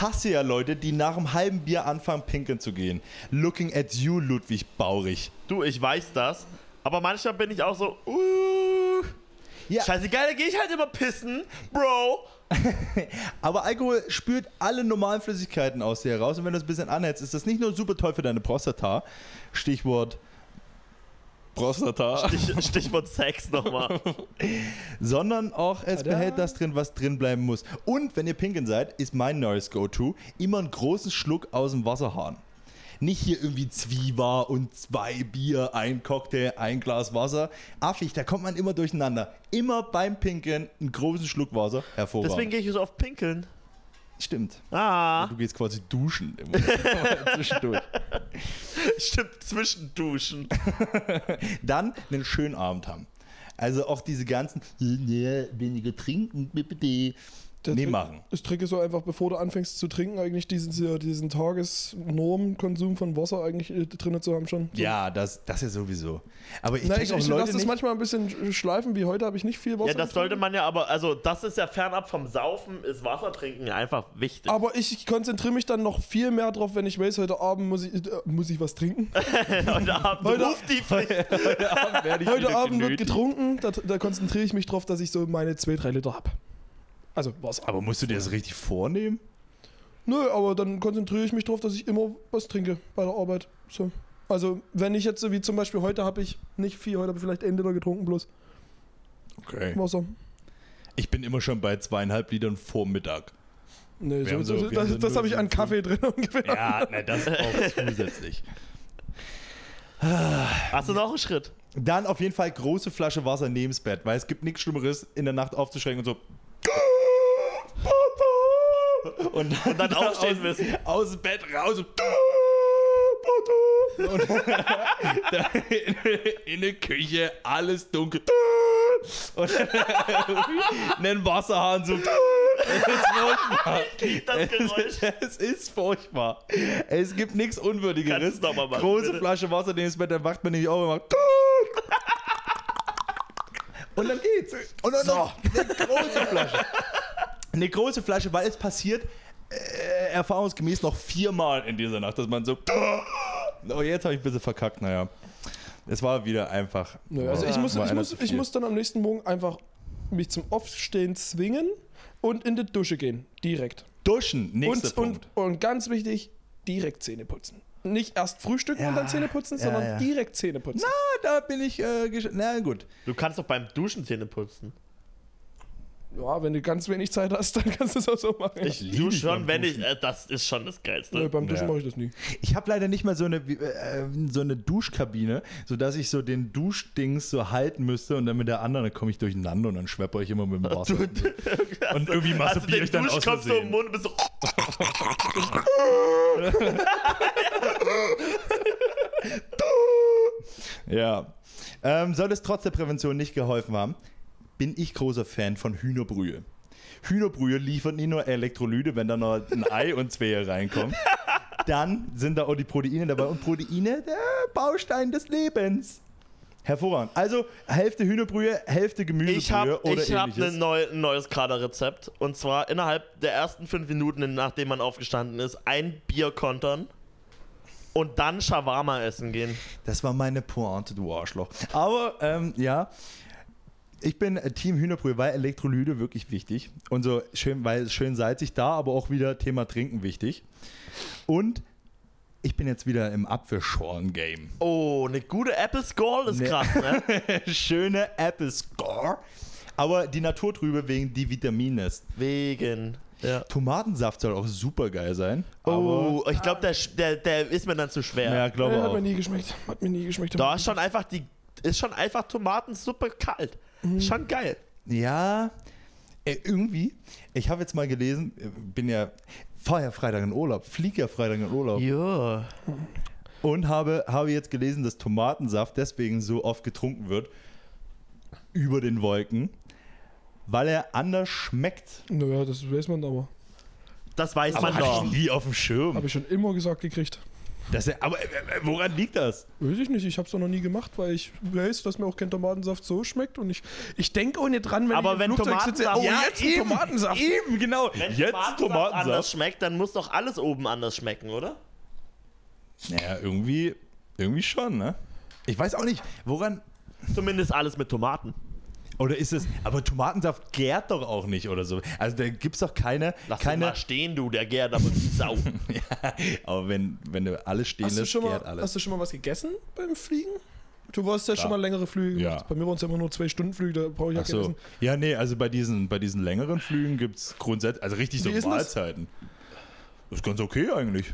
Speaker 2: Hasse ja Leute, die nach einem halben Bier anfangen, pinkeln zu gehen. Looking at you, Ludwig Baurich.
Speaker 3: Du, ich weiß das. Aber manchmal bin ich auch so, uh,
Speaker 2: Ja,
Speaker 3: scheißegal, da gehe ich halt immer pissen, Bro.
Speaker 2: Aber Alkohol spült alle normalen Flüssigkeiten aus dir heraus. Und wenn du es ein bisschen anhältst, ist das nicht nur super toll für deine Prostata. Stichwort
Speaker 5: Prostata.
Speaker 3: Stich, [LAUGHS] Stichwort Sex nochmal.
Speaker 2: sondern auch es
Speaker 4: Tada.
Speaker 2: behält das drin, was drin bleiben muss. Und wenn ihr pinkeln seid, ist mein neues Go-To immer einen großen Schluck aus dem Wasserhahn. Nicht hier irgendwie Zwiewa und zwei Bier, ein Cocktail, ein Glas Wasser. Affig, da kommt man immer durcheinander. Immer beim Pinkeln einen großen Schluck Wasser hervorragend.
Speaker 3: Deswegen gehe ich so oft pinkeln.
Speaker 2: Stimmt.
Speaker 3: Ah,
Speaker 2: [LAUGHS] Du gehst quasi duschen immer. zwischendurch.
Speaker 3: stimmt, zwischenduschen.
Speaker 2: Dann einen schönen Abend haben. Also auch diese ganzen, "Nee, weniger trinken, bitte.
Speaker 4: Der
Speaker 2: Nee,
Speaker 4: Trick-
Speaker 2: machen.
Speaker 4: Ich trinke so einfach, bevor du anfängst zu trinken, eigentlich diesen, diese- diesen Tagesnormkonsum von Wasser eigentlich äh, drin zu haben schon. So.
Speaker 2: Ja, das, das ja sowieso. Aber ich
Speaker 4: Na,
Speaker 2: trinke
Speaker 4: ich,
Speaker 2: auch
Speaker 4: ich
Speaker 2: Leute
Speaker 4: lasse das
Speaker 2: nicht.
Speaker 4: manchmal ein bisschen schleifen, wie heute habe ich nicht viel Wasser
Speaker 3: Ja, das
Speaker 4: getrunken.
Speaker 3: sollte man ja aber, also das ist ja fernab vom Saufen, ist Wasser trinken einfach wichtig.
Speaker 4: Aber ich konzentriere mich dann noch viel mehr drauf, wenn ich weiß, heute Abend muss ich, äh, muss ich was trinken.
Speaker 3: [LAUGHS] Heute Abend
Speaker 4: Heute-
Speaker 3: ruft die Pflicht.
Speaker 4: [LAUGHS] Heute Abend wird getrunken, da, da konzentriere ich mich drauf, dass ich so meine 2-3 Liter habe. Also Wasser.
Speaker 2: Aber musst du dir das richtig vornehmen?
Speaker 4: Nö, aber dann konzentriere ich mich drauf, dass ich immer was trinke bei der Arbeit. So. Also, wenn ich jetzt, so wie zum Beispiel heute, habe ich nicht viel, heute habe ich vielleicht 1 Liter getrunken, bloß
Speaker 2: Okay.
Speaker 4: Wasser.
Speaker 2: Ich bin immer schon bei zweieinhalb Litern vor Mittag.
Speaker 4: Nee,
Speaker 2: Wir
Speaker 4: so,
Speaker 2: haben so-
Speaker 4: so,
Speaker 2: wir haben
Speaker 4: das,
Speaker 2: so
Speaker 4: das habe ich
Speaker 2: 0,5.
Speaker 4: an Kaffee drin [LAUGHS] ungefähr.
Speaker 2: Ja, na, das [LAUGHS] auch zusätzlich.
Speaker 3: Hast du noch einen Schritt?
Speaker 2: Dann auf jeden Fall große Flasche Wasser neben's Bett, weil es gibt nichts Schlimmeres, in der Nacht aufzuschrecken und [LAUGHS] so. Und dann,
Speaker 3: dann aufstehen
Speaker 2: [LAUGHS] aus,
Speaker 3: müssen.
Speaker 2: Aus dem Bett raus. Und [LAUGHS] und dann in, in der Küche, alles dunkel. Und [LAUGHS] einen Wasserhahn so. [LAUGHS]
Speaker 3: Das Geräusch.
Speaker 2: Es ist furchtbar. Es gibt nichts Unwürdigeres.
Speaker 3: Kannst du noch mal machen,
Speaker 2: Große
Speaker 3: bitte?
Speaker 2: Flasche Wasser neben das Bett, dann wacht man nämlich auch
Speaker 3: [LAUGHS]
Speaker 2: immer. Und dann geht's. Und dann noch eine große Flasche. Eine große Flasche, weil es passiert äh, erfahrungsgemäß noch viermal in dieser Nacht, dass man so. Oh, jetzt habe ich ein bisschen verkackt, naja. Es war wieder einfach.
Speaker 4: Nö, also
Speaker 2: war-
Speaker 4: ich muss,
Speaker 2: war
Speaker 4: ich,
Speaker 2: einer
Speaker 4: muss,
Speaker 2: zu
Speaker 4: ich
Speaker 2: viel.
Speaker 4: muss dann am nächsten Morgen einfach mich zum Aufstehen zwingen und in die Dusche gehen. Direkt.
Speaker 2: Duschen, nächster
Speaker 4: Und,
Speaker 2: Punkt.
Speaker 4: und, und ganz wichtig, direkt Zähne putzen. Nicht erst frühstücken
Speaker 2: Ja,
Speaker 4: und dann Zähne putzen,
Speaker 2: ja,
Speaker 4: sondern
Speaker 2: ja.
Speaker 4: direkt Zähne putzen.
Speaker 2: Ah, da bin ich. Äh, gesch- na gut.
Speaker 3: Du kannst doch beim Duschen Zähne putzen.
Speaker 4: Ja, wenn du ganz wenig Zeit hast, [LAUGHS] dann kannst du es auch so machen.
Speaker 3: Ich
Speaker 2: lieb
Speaker 3: du
Speaker 2: ich
Speaker 3: schon,
Speaker 2: beim
Speaker 3: wenn ich. Äh, das ist schon das Geilste.
Speaker 4: Nö, beim Duschen
Speaker 2: Ja.
Speaker 4: mache ich das nie.
Speaker 2: Ich habe leider nicht mal so eine, äh, so eine Duschkabine, sodass ich so den Duschdings so halten müsste und dann mit der anderen, dann komme ich durcheinander und dann schweppe ich immer mit
Speaker 3: [LAUGHS]
Speaker 2: dem Wasser. und irgendwie
Speaker 3: Hast du
Speaker 2: masturbiere
Speaker 3: den
Speaker 2: ich dann aus
Speaker 3: Duschkopf so
Speaker 2: Versehen.
Speaker 3: im Mund und bist so.
Speaker 2: Ja. Ähm, soll es trotz der Prävention nicht geholfen haben, bin ich großer Fan von Hühnerbrühe. Hühnerbrühe liefert nicht nur Elektrolyte, wenn da noch ein
Speaker 3: [LAUGHS]
Speaker 2: Ei und zwei hier reinkommen. Dann sind da auch die Proteine dabei. Und Proteine, der Baustein des Lebens. Hervorragend. Also Hälfte Hühnerbrühe, Hälfte Gemüsebrühe
Speaker 3: Ich habe
Speaker 2: oder
Speaker 3: ich hab
Speaker 2: ähnliches.
Speaker 3: ein neu, ein neues Kaderrezept. Und zwar innerhalb der ersten fünf Minuten, nachdem man aufgestanden ist, ein Bier kontern und dann Shawarma essen gehen.
Speaker 2: Das war meine Pointe, du Arschloch. Aber ähm, ja, ich bin äh, Team Hühnerbrühe, weil Elektrolyte wirklich wichtig. Und so schön, weil schön salzig da, aber auch wieder Thema Trinken wichtig. Und ich bin jetzt wieder im Apfelschorn-Game.
Speaker 3: Oh, eine gute Apple Skull ist
Speaker 2: Nee.
Speaker 3: krass, ne?
Speaker 2: [LAUGHS] Schöne Apple Score. Aber die Natur drüber wegen die Vitamine ist.
Speaker 3: Wegen. Ja.
Speaker 2: Tomatensaft soll auch super geil sein.
Speaker 3: Oh, ich glaube, der, sch- der, der ist mir dann zu schwer.
Speaker 2: aber, ja, glaube
Speaker 4: Nee, Äh, hat mir
Speaker 2: auch.
Speaker 4: nie geschmeckt. Hat mir nie geschmeckt.
Speaker 3: Da ist schon einfach die. Ist schon einfach Tomatensuppe kalt.
Speaker 2: Mhm.
Speaker 3: Schon geil.
Speaker 2: Ja, äh, irgendwie. Ich habe jetzt mal gelesen, äh, bin ja, fahr ja Freitag in Urlaub, flieg ja Freitag in Urlaub.
Speaker 3: Jo.
Speaker 2: Und habe, habe jetzt gelesen, dass Tomatensaft deswegen so oft getrunken wird über den Wolken, weil er anders schmeckt.
Speaker 4: Naja, das weiß man aber.
Speaker 3: Das weiß
Speaker 2: Aber
Speaker 3: man
Speaker 2: hatte
Speaker 3: doch.
Speaker 2: ich nie auf dem Schirm.
Speaker 4: Habe ich schon immer gesagt gekriegt.
Speaker 2: Dass er, aber äh, äh, woran liegt das?
Speaker 4: Weiß ich nicht, ich habe es noch nie gemacht, weil ich weiß, dass mir auch kein Tomatensaft so schmeckt und ich, ich denke auch nicht dran, wenn
Speaker 3: Aber
Speaker 4: ich im
Speaker 3: wenn
Speaker 4: Flugzeug sitze,
Speaker 3: Tomatensaft-
Speaker 4: oh,
Speaker 3: Ja,
Speaker 4: jetzt eben, Tomatensaft.
Speaker 2: Ah, Eben, genau.
Speaker 3: Wenn
Speaker 2: jetzt
Speaker 3: anders
Speaker 2: Tomatensaft.
Speaker 3: schmeckt, dann muss doch alles oben anders schmecken, oder?
Speaker 2: Naja, irgendwie, irgendwie schon, ne? Ich weiß auch nicht, woran.
Speaker 3: Zumindest alles mit Tomaten.
Speaker 2: Oder ist es. Aber Tomatensaft gärt doch auch nicht oder so. Also da gibt es doch keine.
Speaker 3: Lass ihn
Speaker 2: keine [LAUGHS]
Speaker 3: mal stehen, du, der gärt aber wie Sau.
Speaker 4: [LAUGHS]
Speaker 2: aber wenn, wenn du alles stehen
Speaker 4: Hast du,
Speaker 2: lässt,
Speaker 4: schon mal,
Speaker 2: gärt
Speaker 4: hast
Speaker 2: alles.
Speaker 4: du schon mal was gegessen beim Fliegen? Du warst ja schon
Speaker 2: Ja.
Speaker 4: mal längere Flüge
Speaker 2: Ja.
Speaker 4: gemacht. Bei mir waren es ja immer nur zwei Stunden Flüge, da brauche ich ja
Speaker 2: Ach
Speaker 4: kein
Speaker 2: so.
Speaker 4: Essen.
Speaker 2: Ja, nee, also bei diesen, bei diesen längeren Flügen gibt es grundsätzlich, also richtig
Speaker 4: Wie ist
Speaker 2: so
Speaker 4: denn das?
Speaker 2: Mahlzeiten. Das ist ganz okay eigentlich.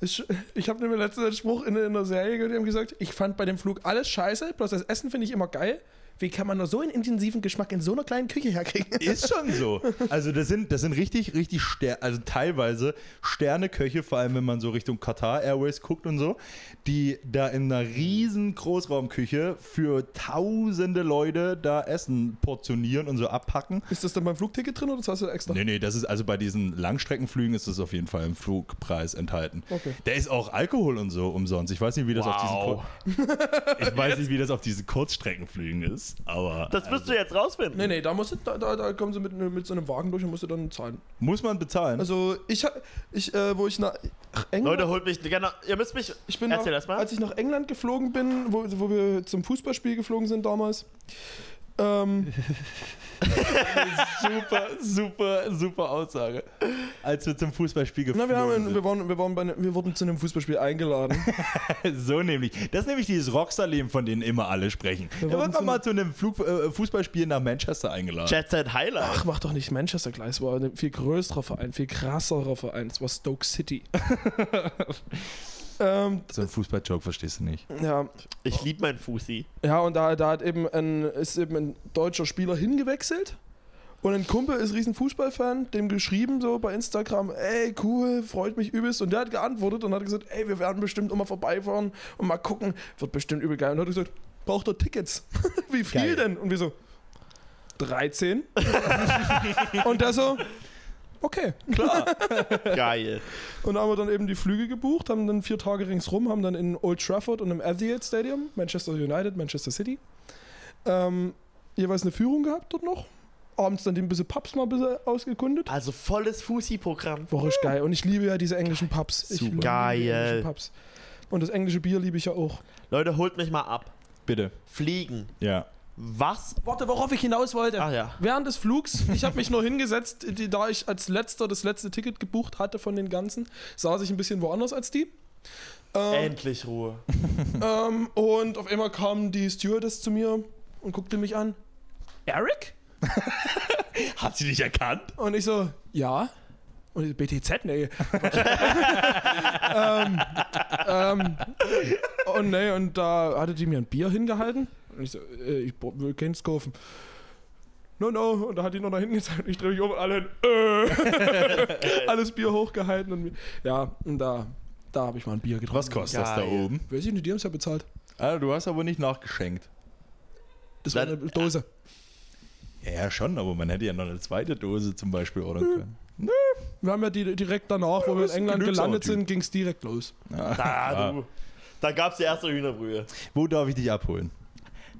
Speaker 4: Ich, [LAUGHS] ich habe nämlich letztens einen Spruch in, in einer Serie gehört, die haben gesagt, ich fand bei dem Flug alles scheiße, bloß das Essen finde ich immer geil. Wie kann man nur so einen intensiven Geschmack in so einer kleinen Küche
Speaker 2: [LAUGHS]
Speaker 4: herkriegen?
Speaker 2: Ist schon so. Also das sind, das sind richtig, richtig, Ster also teilweise Sterneköche, vor allem wenn man so Richtung Qatar Airways guckt und so, die da in einer riesen Großraumküche für tausende Leute da Essen portionieren und so abpacken.
Speaker 4: Ist das dann beim Flugticket drin oder das hast du extra?
Speaker 2: Nee, nee, das ist also bei diesen Langstreckenflügen ist das auf jeden Fall im Flugpreis enthalten.
Speaker 4: Okay.
Speaker 2: Der ist auch Alkohol und so umsonst. Ich weiß nicht, wie das
Speaker 3: Wow.
Speaker 2: auf diesen
Speaker 3: [LAUGHS]
Speaker 2: Kur Ich weiß nicht, wie das auf diesen Kurzstreckenflügen ist, aber
Speaker 3: Das wirst du jetzt rausfinden.
Speaker 4: Nee, nee, da, musst du, da, da, da kommen sie mit, mit so einem Wagen durch und musst du dann zahlen.
Speaker 2: muss man bezahlen.
Speaker 4: Also ich, ha- ich äh, wo ich nach England,
Speaker 3: Leute, holt mich gerne. Ihr müsst mich.
Speaker 4: ich bin
Speaker 3: erzähl
Speaker 4: nach,
Speaker 3: erstmal.
Speaker 4: als ich nach England geflogen bin, wo, wo wir zum Fußballspiel geflogen sind damals, ähm,
Speaker 2: super, super, super Aussage. Als wir zum Fußballspiel
Speaker 4: na,
Speaker 2: geflogen
Speaker 4: wir, haben,
Speaker 2: sind.
Speaker 4: wir, waren, wir, waren bei, ne- wir wurden zu einem Fußballspiel eingeladen. [LAUGHS]
Speaker 2: [LAUGHS] So nämlich. Das ist nämlich dieses Rockstar-Leben, von dem immer alle sprechen. Da
Speaker 4: wurden
Speaker 2: wird man
Speaker 4: zu-
Speaker 2: mal zu einem Flug, äh, Fußballspiel nach Manchester eingeladen.
Speaker 3: Jet Set Highlight.
Speaker 4: Ach, mach doch nicht Manchester gleich, es war ein viel größerer Verein, viel krasserer Verein, es war Stoke City. [LAUGHS] ähm,
Speaker 2: So ein Fußball-Joke verstehst du nicht.
Speaker 4: ja,
Speaker 3: Ich liebe meinen Fusi.
Speaker 4: Ja, und da, da hat eben ein, ist eben ein deutscher Spieler hingewechselt. Und ein Kumpel ist riesen Fußballfan, dem geschrieben so bei Instagram, ey, cool, freut mich übelst. Und der hat geantwortet und hat gesagt, ey, wir werden bestimmt immer vorbeifahren und mal gucken, wird bestimmt übel geil. Und hat gesagt, braucht er Tickets? [LAUGHS] Wie viel
Speaker 2: Geil.
Speaker 4: denn? Und wir so, 13. [LAUGHS] und der so, okay.
Speaker 3: [LAUGHS] Geil.
Speaker 4: Und da haben wir dann eben die Flüge gebucht, haben dann vier Tage ringsrum, haben dann in Old Trafford und im Etihad Stadium, Manchester United, Manchester City, ähm, jeweils eine Führung gehabt dort noch. Abends dann den bisschen Pubs mal ein bisschen ausgekundet.
Speaker 3: Also volles Fusi-Programm.
Speaker 4: War richtig geil. Und ich liebe ja diese englischen Pubs. Ich
Speaker 2: Super.
Speaker 4: liebe
Speaker 3: Geil.
Speaker 4: Die englischen Pubs. Und das englische Bier liebe ich ja auch.
Speaker 3: Leute, holt mich mal ab.
Speaker 2: Bitte.
Speaker 3: Fliegen.
Speaker 2: Ja.
Speaker 3: Was?
Speaker 4: Warte, worauf ich hinaus wollte.
Speaker 3: Ach ja.
Speaker 4: Während des Flugs, ich habe mich nur hingesetzt, die, da ich als letzter das letzte Ticket gebucht hatte von den ganzen, saß ich ein bisschen woanders als die. Ähm,
Speaker 3: Endlich
Speaker 4: [LAUGHS]
Speaker 3: Ruhe.
Speaker 4: Ähm, und auf einmal kam die Stewardess zu mir und guckte mich an. Eric?
Speaker 2: Hat sie dich erkannt?
Speaker 4: Und ich so, ja. Und ich so, BTZ? Nee. [LAUGHS] ähm, ähm, und nee, und da hatte die mir ein Bier hingehalten. Und ich so, äh, ich bra- will keins kaufen. No, no. Und da hat die noch nach hinten gezeigt. Und ich drehe mich um und alle, äh, alles Bier hochgehalten. Und, mir- ja, und da, da habe ich mal ein Bier getrunken.
Speaker 2: Was kostet das da
Speaker 3: Geil.
Speaker 2: oben?
Speaker 4: Weiß ich nicht, die haben es ja bezahlt.
Speaker 2: Ah, du hast aber nicht nachgeschenkt.
Speaker 4: Das war
Speaker 3: Dann-
Speaker 4: eine Dose.
Speaker 2: Ja, ja, schon, aber man hätte ja noch eine zweite Dose zum Beispiel ordern können.
Speaker 4: Wir haben ja die, direkt danach, wo wir in
Speaker 2: bist ein
Speaker 4: England
Speaker 2: genügsamer
Speaker 4: gelandet
Speaker 2: Typ.
Speaker 4: sind, ging es direkt los.
Speaker 3: Da, du. Da gab's die erste Hühnerbrühe.
Speaker 2: Wo darf ich dich abholen?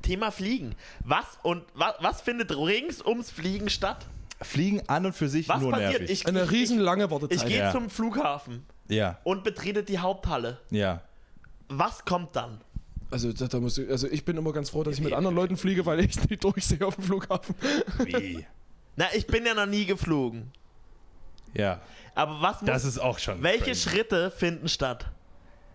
Speaker 3: Thema Fliegen. Was und was, was findet rings ums Fliegen statt?
Speaker 2: Fliegen an und für sich
Speaker 3: Was
Speaker 2: nur
Speaker 3: passiert?
Speaker 2: nervig.
Speaker 3: Ich,
Speaker 4: Eine riesen lange
Speaker 3: ich, ich
Speaker 4: Wartezeit.
Speaker 3: gehe
Speaker 2: Ja.
Speaker 3: zum Flughafen
Speaker 2: ja,
Speaker 3: und betrete die Haupthalle.
Speaker 2: ja.
Speaker 3: Was kommt dann?
Speaker 4: Also, da, da muss ich, also ich bin immer ganz froh, dass ich mit anderen Leuten fliege, weil ich die durchsehe auf dem Flughafen.
Speaker 2: Wie?
Speaker 3: Na, ich bin ja noch nie geflogen.
Speaker 2: Ja,
Speaker 3: Aber was muss,
Speaker 2: das ist auch schon.
Speaker 3: welche
Speaker 2: cringe.
Speaker 3: Schritte finden statt?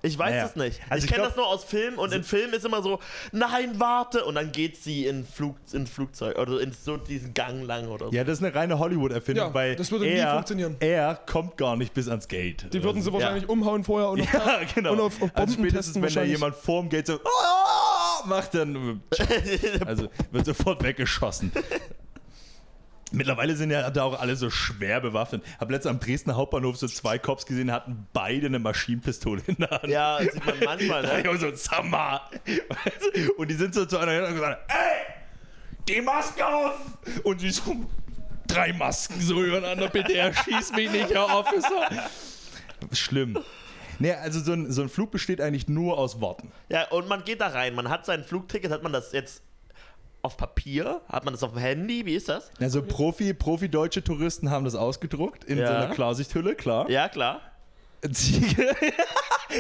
Speaker 3: Ich weiß
Speaker 2: Naja,
Speaker 3: es nicht.
Speaker 2: also
Speaker 3: ich
Speaker 2: ich
Speaker 3: kenne
Speaker 2: glaub-
Speaker 3: das nur aus Filmen und in Filmen ist immer so, nein, warte. Und dann geht sie in Flug, in Flugzeug oder in so diesen Gang lang oder so.
Speaker 2: Ja, das ist eine reine Hollywood-Erfindung,
Speaker 4: Ja,
Speaker 2: weil
Speaker 4: das würde nie
Speaker 2: er,
Speaker 4: funktionieren.
Speaker 2: er kommt gar nicht bis ans Gate.
Speaker 4: Die würden sie
Speaker 2: Also-
Speaker 4: wahrscheinlich umhauen vorher und
Speaker 2: [LAUGHS]
Speaker 4: noch-
Speaker 2: Ja, genau.
Speaker 4: und auf- auf
Speaker 2: also
Speaker 4: Bomben
Speaker 2: spätestens,
Speaker 4: testen
Speaker 2: wenn da
Speaker 4: wahrscheinlich.
Speaker 2: jemand vorm Gate so "Ah!" macht,
Speaker 4: [LAUGHS]
Speaker 2: dann also wird sofort weggeschossen. Mittlerweile sind ja da auch alle so schwer bewaffnet. Hab letztens am Dresdner Hauptbahnhof so zwei Cops gesehen, hatten beide eine Maschinenpistole in der Hand.
Speaker 3: Ja, sieht man manchmal, ne?
Speaker 2: [LAUGHS] Ich hab so, sag mal. Weißt du? Und die sind so zu einer hin und gesagt, ey, die Maske auf! Und sie so, drei Masken so übereinander, bitte erschieß mich nicht, Herr Officer. Schlimm. Nee, also so ein, so ein Flug besteht eigentlich nur aus Worten.
Speaker 3: Ja, und man geht da rein. Man hat sein Flugticket, hat man das jetzt auf Papier? Hat man das auf dem Handy? Wie ist das?
Speaker 2: Also Profi, Profi-deutsche Touristen haben das ausgedruckt in so
Speaker 3: Ja.
Speaker 2: einer Klarsichthülle, klar.
Speaker 3: Ja, klar.
Speaker 2: Ziege. [LAUGHS]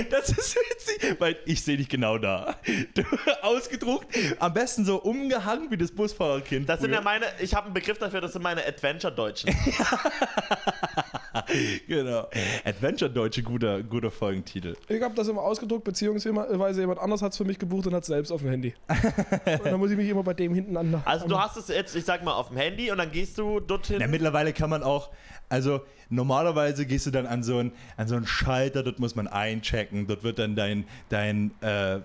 Speaker 2: Das ist witzig, weil ich sehe dich genau da. Du, ausgedruckt, am besten so umgehangen wie das Busfahrerkind.
Speaker 3: Das sind
Speaker 2: früher.
Speaker 3: ja meine, ich habe einen Begriff dafür, das sind meine Adventure-Deutschen.
Speaker 2: genau. Adventure Deutsche, guter, guter Folgentitel.
Speaker 4: Ich habe das immer ausgedruckt, beziehungsweise jemand anders hat es für mich gebucht und hat es selbst auf dem Handy. und dann muss ich mich immer bei dem hinten an.
Speaker 2: [LAUGHS]
Speaker 3: Also du hast es jetzt, ich sag mal, auf dem Handy und dann gehst du dorthin.
Speaker 2: Ja, mittlerweile kann man auch, also normalerweise gehst du dann an so einen, an so einen Schalter, dort muss man einchecken, dort wird dann dein, dein äh,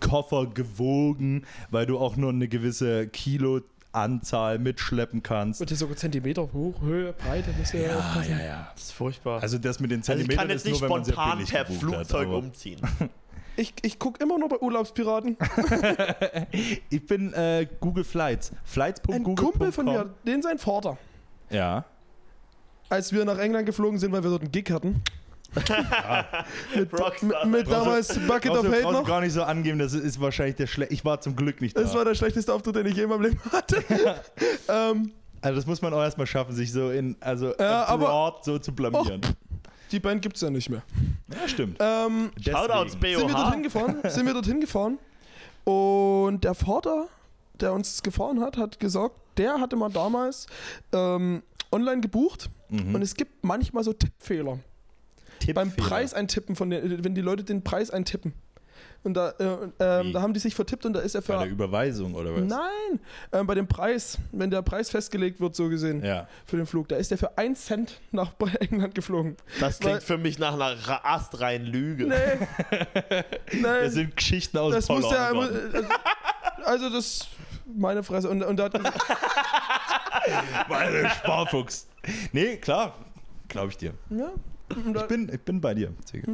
Speaker 2: Koffer gewogen, weil du auch nur eine gewisse Kiloanzahl mitschleppen kannst.
Speaker 4: Wird hier sogar Zentimeter hoch, Höhe, Breite, das ist ja
Speaker 2: Ah,
Speaker 4: aufpassen.
Speaker 2: ja, ja.
Speaker 3: das ist furchtbar. Also,
Speaker 2: Also das mit den
Speaker 3: ich
Speaker 2: Zentimetern
Speaker 3: kann jetzt
Speaker 2: ist
Speaker 3: nicht
Speaker 2: nur, wenn man sehr
Speaker 3: spontan
Speaker 2: billig
Speaker 3: per
Speaker 2: gebucht
Speaker 3: Flugzeug um-
Speaker 2: hat, aber-
Speaker 3: umziehen.
Speaker 4: Ich, ich gucke immer nur bei Urlaubspiraten.
Speaker 2: Ich bin äh, Google Flights.
Speaker 4: Ein
Speaker 2: Flights.google.com
Speaker 4: Kumpel von mir, den sein Vater,
Speaker 2: Ja.
Speaker 4: als wir nach England geflogen sind, weil wir dort einen
Speaker 2: [LAUGHS]
Speaker 4: Gig hatten,
Speaker 3: Rockstar.
Speaker 4: mit, mit damals Bucket
Speaker 2: Brauchst
Speaker 4: of
Speaker 2: du,
Speaker 4: Hate
Speaker 2: brauchst du
Speaker 4: noch.
Speaker 2: gar nicht so angeben, das ist wahrscheinlich der schlecht. Ich war zum Glück nicht da.
Speaker 4: Das war der schlechteste Auftritt, den ich je in meinem Leben
Speaker 2: [LAUGHS]
Speaker 4: hatte. ähm,
Speaker 2: also das muss man auch erstmal schaffen, sich so in, also
Speaker 4: Äh, aber-
Speaker 2: abroad so zu blamieren.
Speaker 4: die Band gibt's ja nicht mehr.
Speaker 2: ja, stimmt.
Speaker 4: Ähm,
Speaker 3: Shoutouts,
Speaker 2: Deswegen.
Speaker 4: sind wir
Speaker 3: BOH.
Speaker 2: [LAUGHS]
Speaker 4: dorthin gefahren? Sind wir dorthin gefahren? Und der Vater, der uns gefahren hat, hat gesagt, der hatte mal damals ähm, online gebucht
Speaker 2: Mhm.
Speaker 4: und es gibt manchmal so Tippfehler. Beim
Speaker 2: Tippfehler.
Speaker 4: Preis eintippen, von den, wenn die Leute den Preis eintippen. Und da, äh,
Speaker 2: Wie?
Speaker 4: ähm, da haben die sich vertippt und da ist er
Speaker 2: Bei
Speaker 4: für.
Speaker 2: der Überweisung oder was?
Speaker 4: Nein, ähm, bei dem Preis, wenn der Preis festgelegt wird, so gesehen,
Speaker 2: Ja.
Speaker 4: für den Flug, da ist er für 1 Cent nach [LAUGHS] England geflogen.
Speaker 3: Das
Speaker 4: Weil-
Speaker 3: klingt für mich nach einer ra- astreinen Lüge. [LAUGHS]
Speaker 4: Nee.
Speaker 2: Das
Speaker 4: Nein.
Speaker 2: sind Geschichten aus
Speaker 4: Das muss
Speaker 2: Poller
Speaker 4: ja.
Speaker 2: Antworten.
Speaker 4: [LAUGHS] Also, das. Meine Fresse. Und, und da hat
Speaker 2: Weil du Sparfuchs. Nee, klar. Glaube ich dir.
Speaker 4: Ja. Und da,
Speaker 2: Ich bin, ich bin bei dir. Ziege.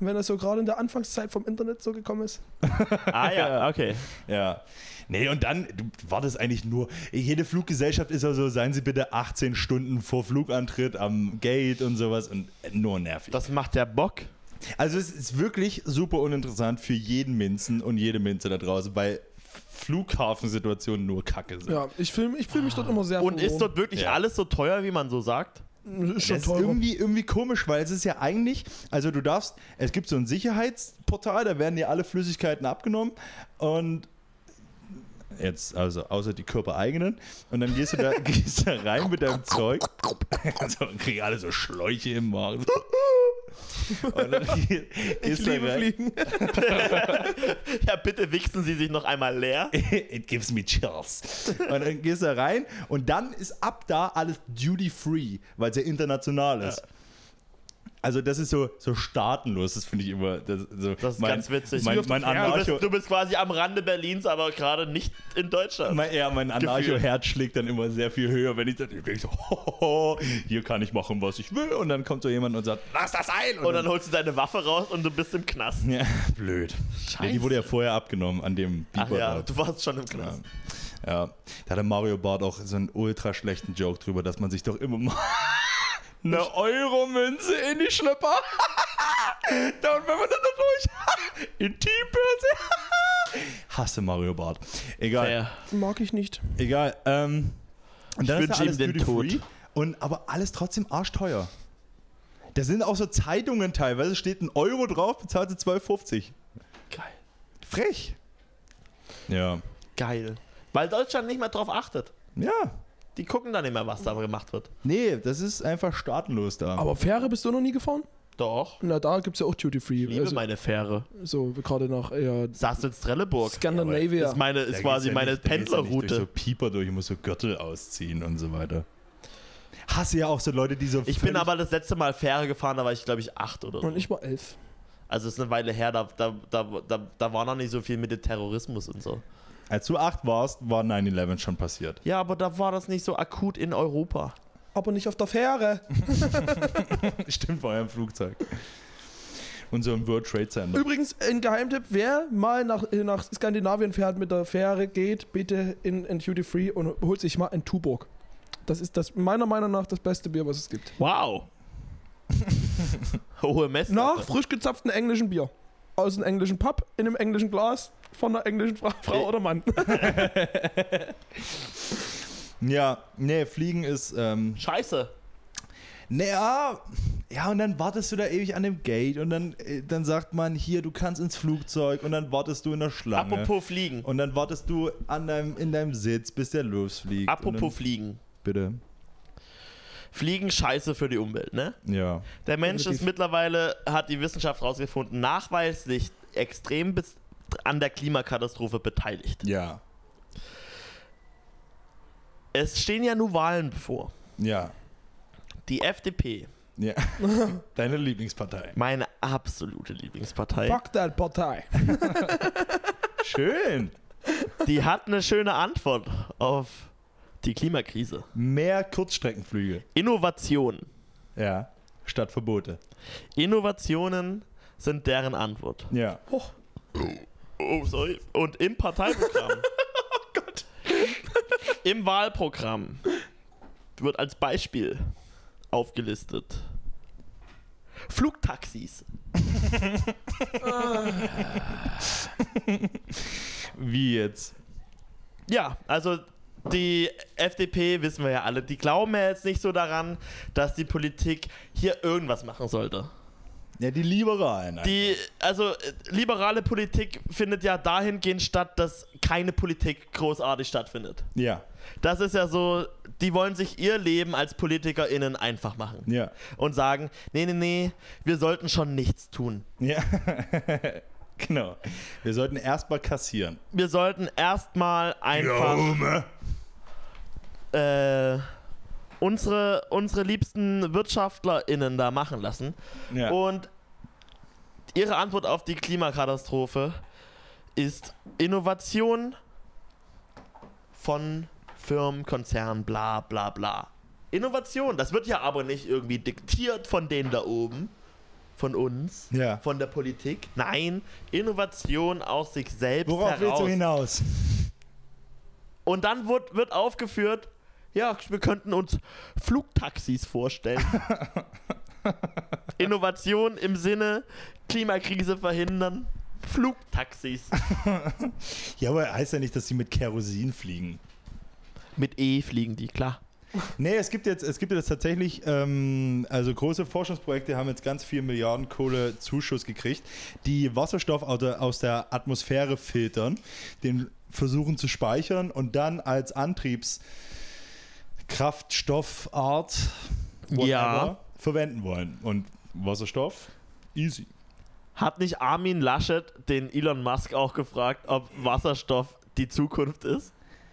Speaker 4: wenn das so gerade in der Anfangszeit vom Internet so gekommen ist.
Speaker 3: Ah ja, okay.
Speaker 2: Ja. Nee, und dann du, war das eigentlich nur, jede Fluggesellschaft ist ja so, seien Sie bitte 18 Stunden vor Flugantritt am Gate und sowas und nur nervig.
Speaker 3: Das macht der Bock.
Speaker 2: Also es ist wirklich super uninteressant für jeden Minzen und jede Minze da draußen, weil Flughafensituationen nur Kacke sind.
Speaker 4: Ja, ich fühle ich fühl mich dort immer sehr
Speaker 3: Und ist dort wirklich
Speaker 2: Ja.
Speaker 3: alles so teuer, wie man so sagt?
Speaker 4: dort ist schon
Speaker 2: Das ist
Speaker 4: teurer.
Speaker 2: irgendwie, irgendwie komisch, weil es ist ja eigentlich, also du darfst, es gibt so ein Sicherheitsportal, da werden dir alle Flüssigkeiten abgenommen und jetzt, also außer die körpereigenen und dann gehst du
Speaker 4: [LAUGHS]
Speaker 2: da, gehst da rein mit deinem Zeug so, und kriegen alle so Schläuche im Magen. Und
Speaker 4: [LAUGHS]
Speaker 2: dann geh-
Speaker 4: Ich
Speaker 2: gehst da
Speaker 4: liebe
Speaker 2: rein.
Speaker 4: Fliegen.
Speaker 3: Ja, bitte wichsen Sie sich noch einmal leer.
Speaker 2: [LAUGHS] It gives me chills. Und dann gehst du rein und dann ist ab da alles duty free, weil es ja international ist. Also das ist so, so staatenlos, das finde ich immer. Das, so
Speaker 3: Das ist ganz witzig.
Speaker 2: Mein,
Speaker 4: Wie auf
Speaker 2: mein
Speaker 4: dem Pferd.
Speaker 3: Du
Speaker 2: Anarcho,
Speaker 3: bist, du bist quasi am Rande Berlins, aber gerade nicht in Deutschland.
Speaker 2: mein, ja, mein Anarcho-Herz schlägt dann immer sehr viel höher, wenn ich dann ich denk so, [LAUGHS] hohoho, hier kann ich machen, was ich will. Und dann kommt so jemand und sagt, lass das ein.
Speaker 3: Und dann holst du deine Waffe raus und du bist im Knast.
Speaker 2: ja, blöd. Nee, die wurde ja vorher abgenommen an dem
Speaker 3: Ach ja,
Speaker 2: Biber-Tag.
Speaker 3: du warst schon im
Speaker 2: Ja.
Speaker 3: Knast.
Speaker 2: ja. Da hatte Mario Barth auch so einen ultra schlechten Joke drüber, dass man sich doch immer mal [LAUGHS] eine Euro-Münze in die Schlepper. [LAUGHS] da und wenn man dann durch [LAUGHS] Intimbörse. [LAUGHS] Hasse Mario Barth. Egal.
Speaker 3: Fair.
Speaker 4: Mag ich nicht.
Speaker 2: Egal. Ähm, und dann
Speaker 3: Ich
Speaker 2: ist da
Speaker 3: wünsche ihm
Speaker 2: alles
Speaker 3: den
Speaker 2: duty-free
Speaker 3: Tod.
Speaker 2: Und aber alles trotzdem arschteuer. Da sind auch so Zeitungen teilweise, steht ein Euro drauf, bezahlt sie 12,50.
Speaker 3: Geil.
Speaker 2: Frech. Ja.
Speaker 3: Geil. Weil Deutschland nicht mehr drauf achtet.
Speaker 2: Ja.
Speaker 3: Die gucken da nicht mehr, was da gemacht wird.
Speaker 2: Nee, das ist einfach staatenlos da.
Speaker 4: Aber Fähre bist du noch nie gefahren?
Speaker 3: Doch.
Speaker 4: Na, da gibt es ja auch Duty Free.
Speaker 3: Liebe
Speaker 4: Also,
Speaker 3: meine Fähre.
Speaker 4: so, gerade nach eher
Speaker 3: Saß in Trelleborg.
Speaker 4: Skandinavia.
Speaker 3: Ist, meine,
Speaker 2: Da
Speaker 3: ist quasi
Speaker 2: geht's ja
Speaker 3: meine
Speaker 2: nicht- da geht's ja nicht
Speaker 3: Pendlerroute.
Speaker 2: Durch so Pieper durch, ich muss so Gürtel ausziehen und so weiter. Hasse ja auch so Leute, die so.
Speaker 3: ich bin
Speaker 2: völlig-
Speaker 3: aber das letzte Mal Fähre gefahren, da war ich glaube ich acht oder so.
Speaker 4: Und ich war elf.
Speaker 3: Also es ist eine Weile her, da, da, da, da, da war noch nicht so viel mit dem Terrorismus und so.
Speaker 2: Als du acht warst, war 9-11 schon passiert. [LAUGHS]
Speaker 3: Ja, aber da war das nicht so akut in Europa. [LAUGHS]
Speaker 4: Aber nicht auf der Fähre.
Speaker 2: Stimmt, war ja im Flugzeug. Und so im World Trade Center.
Speaker 4: Übrigens, ein Geheimtipp, wer mal nach, äh, nach Skandinavien fährt mit der Fähre, geht bitte in, in Duty Free und holt sich mal ein Tuborg. Das ist das, meiner Meinung nach das beste Bier, was es gibt.
Speaker 3: Wow. Hohe Messe.
Speaker 4: Nach frisch gezapften englischen Bier. Aus einem englischen Pub, in einem englischen Glas, von einer englischen Fra Frau oder Mann.
Speaker 2: Ja, nee, Fliegen ist. Ähm,
Speaker 3: Scheiße.
Speaker 2: naja, ja, und dann wartest du da ewig an dem Gate und dann, äh, dann sagt man hier, du kannst ins Flugzeug und dann wartest du in der Schlange.
Speaker 3: Apropos Fliegen.
Speaker 2: Und dann wartest du an deinem, in deinem Sitz, bis der losfliegt. Und
Speaker 3: Apropos
Speaker 2: dann,
Speaker 3: Fliegen.
Speaker 2: Bitte.
Speaker 3: Fliegen scheiße für die Umwelt, ne?
Speaker 2: Ja.
Speaker 3: Der Mensch ist
Speaker 4: Definitiv.
Speaker 3: mittlerweile, hat die Wissenschaft rausgefunden, nachweislich extrem bis an der Klimakatastrophe beteiligt.
Speaker 2: Ja.
Speaker 3: Es stehen ja nun Wahlen bevor.
Speaker 2: Ja.
Speaker 3: Die FDP,
Speaker 2: [LAUGHS] Ja. Deine Lieblingspartei.
Speaker 3: meine absolute Lieblingspartei,
Speaker 4: [LAUGHS] Fuck that Partei.
Speaker 2: Schön.
Speaker 3: die hat eine schöne Antwort auf die Klimakrise.
Speaker 2: Mehr Kurzstreckenflüge.
Speaker 3: Innovation.
Speaker 2: Ja. Statt Verbote.
Speaker 3: Innovationen sind deren Antwort.
Speaker 2: Ja.
Speaker 4: Hoch.
Speaker 3: Oh, sorry. Und im Parteiprogramm. [LAUGHS] oh Gott. Im Wahlprogramm wird als Beispiel aufgelistet. Flugtaxis.
Speaker 2: Wie jetzt?
Speaker 3: Ja, also die FDP wissen wir ja alle, die glauben ja jetzt nicht so daran, dass die Politik hier irgendwas machen sollte.
Speaker 2: Ja, die Liberalen.
Speaker 3: Die, also äh, liberale Politik findet ja dahingehend statt, dass keine Politik großartig stattfindet.
Speaker 2: Ja.
Speaker 3: Das ist ja so, die wollen sich ihr Leben als PolitikerInnen einfach machen.
Speaker 2: Ja.
Speaker 3: Und sagen, nee, nee, nee, wir sollten schon nichts tun.
Speaker 2: Ja. [LAUGHS] genau. Wir sollten erstmal kassieren.
Speaker 3: Wir sollten erstmal einfach
Speaker 2: Ome.
Speaker 3: äh, unsere, unsere liebsten WirtschaftlerInnen da machen lassen.
Speaker 2: Ja.
Speaker 3: Und ihre Antwort auf die Klimakatastrophe ist Innovation von Firmen, Konzernen, bla bla bla. Innovation, das wird ja aber nicht irgendwie diktiert von denen da oben, von uns,
Speaker 2: Ja.
Speaker 3: von der Politik. Nein, Innovation aus sich selbst
Speaker 2: Worauf willst
Speaker 3: heraus.
Speaker 2: du hinaus?
Speaker 3: Und dann wird, wird aufgeführt, ja, wir könnten uns Flugtaxis vorstellen. Innovation im Sinne Klimakrise verhindern. Flugtaxis
Speaker 2: Ja, aber heißt ja nicht, dass sie mit Kerosin fliegen.
Speaker 3: mit E fliegen die, klar.
Speaker 2: Nee, es gibt jetzt, es gibt jetzt tatsächlich, ähm, also große Forschungsprojekte haben jetzt ganz viel Milliarden Kohle Zuschuss gekriegt, die Wasserstoff aus der, aus der Atmosphäre filtern, den versuchen zu speichern und dann als Antriebskraftstoffart whatever,
Speaker 3: Ja.
Speaker 2: verwenden wollen. Und Wasserstoff, easy.
Speaker 3: Hat nicht Armin Laschet den Elon Musk auch gefragt, ob Wasserstoff die Zukunft ist?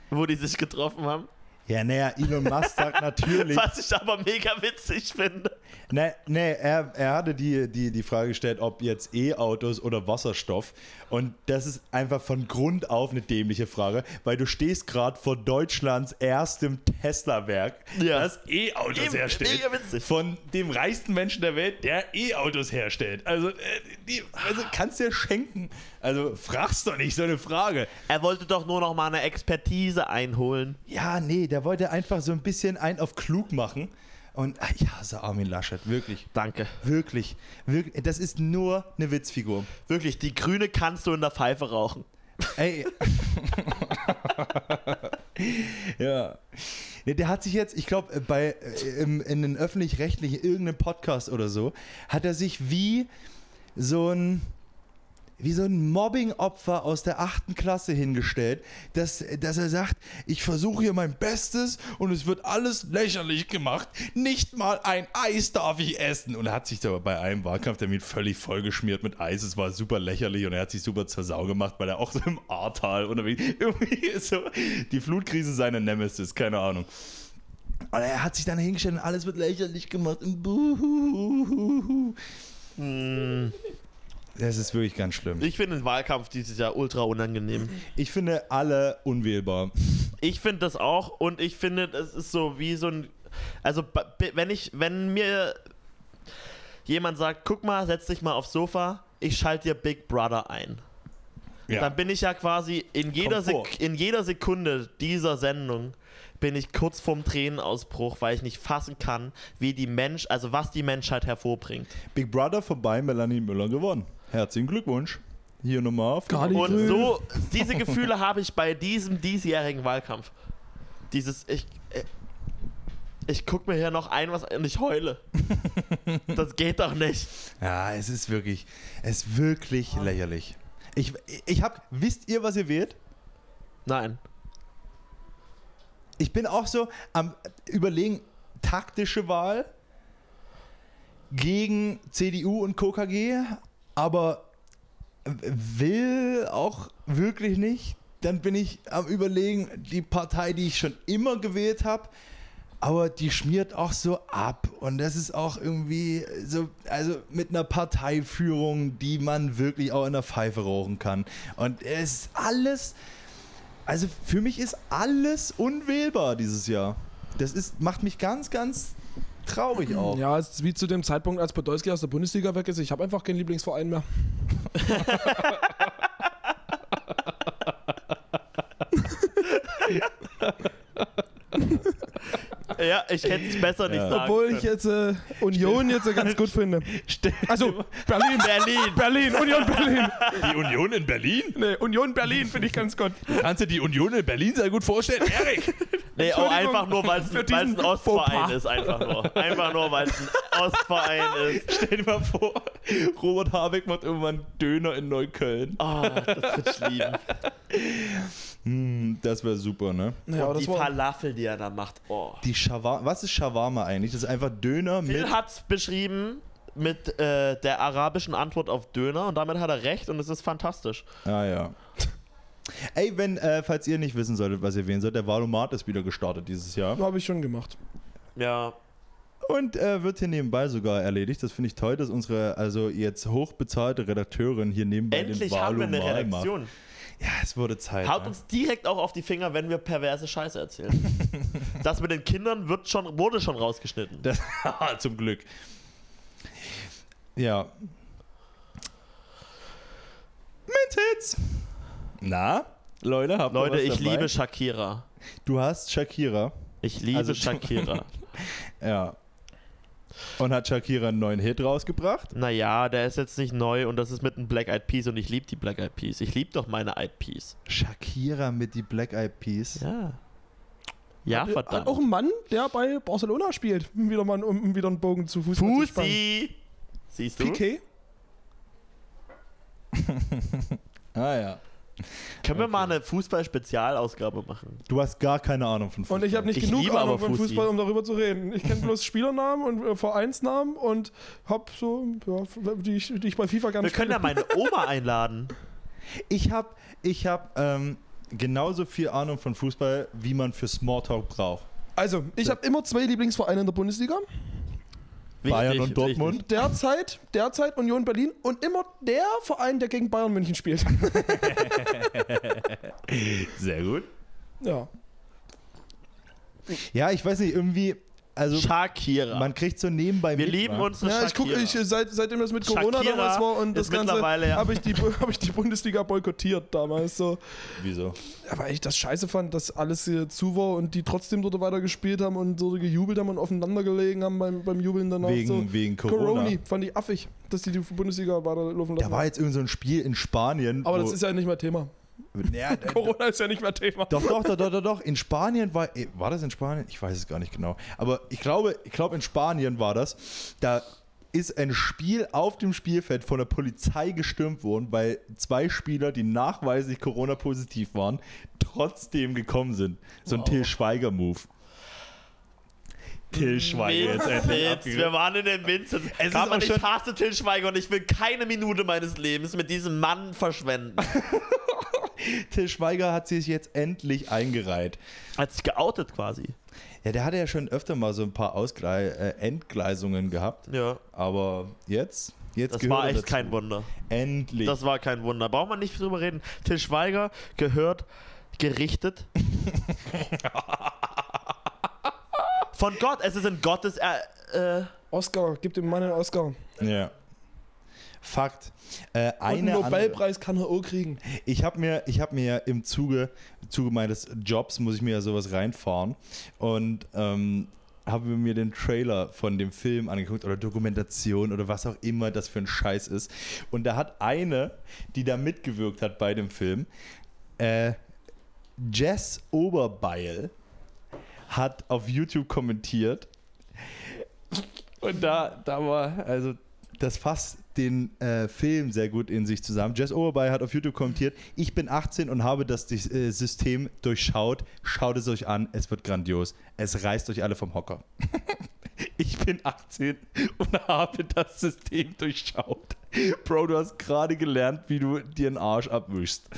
Speaker 3: Wo die sich getroffen haben.
Speaker 2: Ja, naja, Elon Musk [LAUGHS] sagt natürlich.
Speaker 3: Was ich aber mega witzig finde.
Speaker 2: Nee, nee er, er hatte die, die, die Frage gestellt, ob jetzt E-Autos oder Wasserstoff. Und das ist einfach von Grund auf eine dämliche Frage, weil du stehst gerade vor Deutschlands erstem Tesla-Werk,
Speaker 3: Ja.
Speaker 2: das E-Autos
Speaker 3: Eben,
Speaker 2: herstellt.
Speaker 3: mega witzig.
Speaker 2: Von dem reichsten Menschen der Welt, der E-Autos herstellt. Also, äh, die, also kannst dir schenken. Also fragst doch nicht so eine Frage.
Speaker 3: Er wollte doch nur noch mal eine Expertise einholen.
Speaker 2: Ja, nee, der wollte einfach so ein bisschen ein auf klug machen. Und ach, ich hasse Armin Laschet, wirklich.
Speaker 3: Danke.
Speaker 2: Wirklich, wirklich, das ist nur eine Witzfigur.
Speaker 3: Wirklich, die Grüne kannst du in der Pfeife rauchen.
Speaker 2: Ey. ja. Nee, Der hat sich jetzt, ich glaube, bei äh, im, in den öffentlich-rechtlichen irgendeinem Podcast oder so, hat er sich wie so ein wie so ein Mobbing-Opfer aus der achten Klasse hingestellt, dass, dass er sagt, ich versuche hier mein Bestes und es wird alles lächerlich gemacht. Nicht mal ein Eis darf ich essen. Und er hat sich da bei einem Wahlkampftermin völlig vollgeschmiert mit Eis. Es war super lächerlich und er hat sich super zur Sau gemacht, weil er auch so im Ahrtal unterwegs [LAUGHS] irgendwie ist so die Flutkrise seine Nemesis, keine Ahnung. Und er hat sich dann hingestellt und alles wird lächerlich gemacht. Und buhuhuhu. Das ist wirklich ganz schlimm.
Speaker 3: Ich finde den Wahlkampf dieses Jahr ultra unangenehm.
Speaker 2: Ich finde alle unwählbar.
Speaker 3: Ich finde das auch und ich finde, es ist so wie so ein. Also, b- b- wenn ich, wenn mir jemand sagt, guck mal, setz dich mal aufs Sofa, ich schalte dir Big Brother ein. Dann bin ich ja quasi in jeder,
Speaker 2: Kommt vor.
Speaker 3: Sek in jeder Sekunde dieser Sendung bin ich kurz vorm Tränenausbruch, weil ich nicht fassen kann, wie die Mensch, also was die Menschheit hervorbringt.
Speaker 2: Big Brother vorbei, Melanie Müller gewonnen. Herzlichen Glückwunsch. Hier nochmal auf.
Speaker 4: Gar nicht.
Speaker 3: Und
Speaker 4: Grün.
Speaker 3: so, diese Gefühle habe ich bei diesem diesjährigen Wahlkampf. Dieses, ich, äh, ich guck mir hier noch ein, was und ich heule.
Speaker 4: [LAUGHS]
Speaker 3: Das geht doch nicht.
Speaker 2: Ja, es ist wirklich, es ist wirklich lächerlich. Ich, ich hab, wisst ihr, was ihr wählt?
Speaker 3: Nein.
Speaker 2: Ich bin auch so am überlegen, taktische Wahl gegen CDU und KKG, aber will auch wirklich nicht, dann bin ich am Überlegen, die Partei, die ich schon immer gewählt habe, aber die schmiert auch so ab. Und das ist auch irgendwie so, also mit einer Parteiführung, die man wirklich auch in der Pfeife rauchen kann. Und es ist alles, also für mich ist alles unwählbar dieses Jahr. Das ist, macht mich ganz, ganz traurig auch.
Speaker 4: Ja, es ist wie zu dem Zeitpunkt, als Podolski aus der Bundesliga weg ist. Ich habe einfach keinen Lieblingsverein mehr.
Speaker 3: Ja, ich hätte es besser nicht sagen
Speaker 4: Obwohl ich
Speaker 3: können.
Speaker 4: jetzt äh, Union jetzt äh, ganz gut finde.
Speaker 3: Stimmt.
Speaker 4: Also Berlin.
Speaker 3: Berlin.
Speaker 4: Berlin, Union Berlin.
Speaker 2: Die Union in Berlin?
Speaker 4: Nee, Union Berlin finde ich ganz gut.
Speaker 2: Kannst du die Union in Berlin sehr gut vorstellen, Erik?
Speaker 3: Nee, auch
Speaker 4: Entschuldigung.
Speaker 3: einfach nur, weil es
Speaker 4: Für
Speaker 3: ein- weil es ein
Speaker 4: diesen
Speaker 3: Ostverein
Speaker 4: Fauxpas.
Speaker 3: ist. Einfach nur. Einfach nur, weil es ein Ostverein ist.
Speaker 2: Stell dir mal vor, [LAUGHS] Robert Habeck macht irgendwann Döner in Neukölln.
Speaker 3: Oh, das wird ich lieben.
Speaker 2: Hm, das wäre super, ne?
Speaker 4: [LAUGHS] Naja, aber
Speaker 3: die
Speaker 4: das war,
Speaker 3: Falafel, die er da macht. Oh.
Speaker 2: Die Shawarma, was ist Shawarma eigentlich? Das ist einfach Döner mit...
Speaker 3: Phil hat's beschrieben mit äh, der arabischen Antwort auf Döner und damit hat er recht und es ist fantastisch.
Speaker 2: Ah ja. Ey, wenn, äh, falls ihr nicht wissen solltet, was ihr wählen sollt, der Wahlomat ist wieder gestartet dieses Jahr.
Speaker 4: habe ich schon gemacht.
Speaker 3: Ja.
Speaker 2: Und äh, wird hier nebenbei sogar erledigt. Das finde ich toll, dass unsere, also jetzt hochbezahlte Redakteurin hier nebenbei
Speaker 3: Endlich
Speaker 2: den
Speaker 3: haben wir
Speaker 2: Wahlomat
Speaker 3: eine Redaktion.
Speaker 2: macht. Ja, es wurde Zeit.
Speaker 3: Haut
Speaker 2: ne?
Speaker 3: uns direkt auch auf die Finger, wenn wir perverse Scheiße [LAUGHS] erzählen. das mit den Kindern wird schon, wurde schon rausgeschnitten.
Speaker 2: Das, [LAUGHS] Ah, zum Glück. Ja. Mint-Hits. Na, Leute, habt ihr
Speaker 3: Leute,
Speaker 2: was
Speaker 3: ich
Speaker 2: dabei?
Speaker 3: liebe Shakira.
Speaker 2: Du hast Shakira.
Speaker 3: Ich liebe
Speaker 2: Also-
Speaker 3: [LAUGHS] Shakira.
Speaker 2: Ja. Und hat Shakira einen neuen Hit rausgebracht?
Speaker 3: naja, der ist jetzt nicht neu und das ist mit einem Black Eyed Peas und ich liebe die Black Eyed Peas. Ich liebe doch meine Eyed Peas.
Speaker 2: Shakira mit die Black Eyed Peas.
Speaker 3: Ja. Ja,
Speaker 4: Hat
Speaker 3: verdammt.
Speaker 4: Äh, auch ein Mann, der bei Barcelona spielt. Wieder mal, um um wieder einen Bogen zu Fuß zu spannen.
Speaker 3: Pussy! Siehst du?
Speaker 4: Piqué?
Speaker 2: Ah ja.
Speaker 3: Können wir mal eine Fußball-Spezialausgabe machen?
Speaker 2: Du hast gar keine Ahnung von Fußball.
Speaker 4: Und ich habe nicht
Speaker 3: Ich
Speaker 4: genug
Speaker 3: liebe
Speaker 4: Ahnung
Speaker 3: aber
Speaker 4: von
Speaker 3: Fussi.
Speaker 4: Fußball, um darüber zu reden. Ich kenne bloß Spielernamen und äh, Vereinsnamen und hab so, ja, die ich, die ich bei FIFA gerne
Speaker 3: Wir können ja
Speaker 4: spiele.
Speaker 3: meine Oma
Speaker 2: [LAUGHS]
Speaker 3: einladen.
Speaker 2: Ich habe ich hab, ähm, genauso viel Ahnung von Fußball, wie man für Smalltalk braucht.
Speaker 4: Also, ich habe immer zwei Lieblingsvereine in der Bundesliga.
Speaker 2: Bayern und
Speaker 3: Wichtig,
Speaker 2: Dortmund.
Speaker 4: Derzeit, derzeit Union Berlin und immer der Verein, der gegen Bayern München spielt. [LAUGHS]
Speaker 2: Sehr gut.
Speaker 4: Ja.
Speaker 2: Ja, ich weiß nicht, irgendwie, also
Speaker 3: Richtig. Shakira.
Speaker 2: man kriegt so nebenbei
Speaker 3: wir
Speaker 2: mit,
Speaker 3: lieben
Speaker 2: wa?
Speaker 3: unsere
Speaker 4: Ja, ich gucke,
Speaker 3: Shakira.
Speaker 4: ich, äh, seit, seitdem das mit Corona
Speaker 3: Shakira
Speaker 4: damals war und das
Speaker 3: ist
Speaker 4: Ganze,
Speaker 3: mittlerweile, ja.
Speaker 4: habe ich, die- [LAUGHS] hab ich die Bundesliga boykottiert damals. So.
Speaker 2: Wieso?
Speaker 4: Ja, weil ich das scheiße fand, dass alles hier zu war und die trotzdem dort weiter gespielt haben und dort gejubelt haben und aufeinander gelegen haben beim, beim Jubeln danach.
Speaker 2: Wegen-
Speaker 4: so.
Speaker 2: wegen Corona.
Speaker 4: Coroni, fand ich affig, dass die die Bundesliga weiterlaufen
Speaker 2: Da
Speaker 4: lassen.
Speaker 2: war jetzt irgend so ein Spiel in Spanien.
Speaker 4: Aber
Speaker 2: wo- [LAUGHS]
Speaker 4: das ist ja nicht mehr Thema.
Speaker 2: Ja, da-
Speaker 4: Corona ist ja nicht mehr Thema.
Speaker 2: doch, doch, doch, doch, doch, doch. In Spanien war. eh, War das in Spanien? Ich weiß es gar nicht genau. Aber ich glaube, ich glaube, in Spanien war das. Da ist ein Spiel auf dem Spielfeld von der Polizei gestürmt worden, weil zwei Spieler, die nachweislich Corona-positiv waren, trotzdem gekommen sind. So ein Till Schweiger-Move. Till Schweiger jetzt
Speaker 3: Vinzenz,
Speaker 2: endlich
Speaker 3: wir
Speaker 2: abgerissen.
Speaker 3: waren in den Vinzenz.
Speaker 2: ist
Speaker 3: Aber
Speaker 2: auch
Speaker 3: ich
Speaker 2: schon-
Speaker 3: hasse Till Schweiger und ich will keine Minute meines Lebens mit diesem
Speaker 2: [LAUGHS]
Speaker 3: Mann verschwenden.
Speaker 2: Till Schweiger hat sich jetzt endlich eingereiht.
Speaker 3: Hat sich geoutet quasi.
Speaker 2: Ja, der hatte ja schon öfter mal so ein paar Ausglei äh, Entgleisungen gehabt.
Speaker 3: Ja.
Speaker 2: Aber jetzt, jetzt
Speaker 3: Das
Speaker 2: gehört
Speaker 3: war
Speaker 2: er
Speaker 3: echt
Speaker 2: dazu.
Speaker 3: kein Wunder.
Speaker 2: Endlich.
Speaker 3: Das war kein Wunder. Braucht man nicht drüber reden. Till Schweiger gehört
Speaker 2: [LAUGHS]
Speaker 3: gerichtet. Von Gott. Es ist in Gottes. Äh, äh,
Speaker 4: Oscar, gib dem Mann einen Oscar.
Speaker 2: ja. Fakt. Äh,
Speaker 4: Und einen
Speaker 2: eine andere,
Speaker 4: Nobelpreis kann er auch kriegen.
Speaker 2: ich habe mir, ich hab mir ja im Zuge, im Zuge meines Jobs muss ich mir ja sowas reinfahren und ähm, habe mir den Trailer von dem Film angeguckt oder Dokumentation oder was auch immer das für ein Scheiß ist. Und da hat eine, die da mitgewirkt hat bei dem Film, äh, Jess Oberbeil hat auf YouTube kommentiert. Und da, da war, also das fasst den äh, Film sehr gut in sich zusammen. Jess Oberbey hat auf YouTube kommentiert, ich bin 18 und habe das Dis- äh, System durchschaut. Schaut es euch an, es wird grandios. Es reißt euch alle vom Hocker. [LAUGHS] ich bin 18 und habe das System durchschaut. Bro, du hast gerade gelernt, wie du dir einen Arsch abwischst.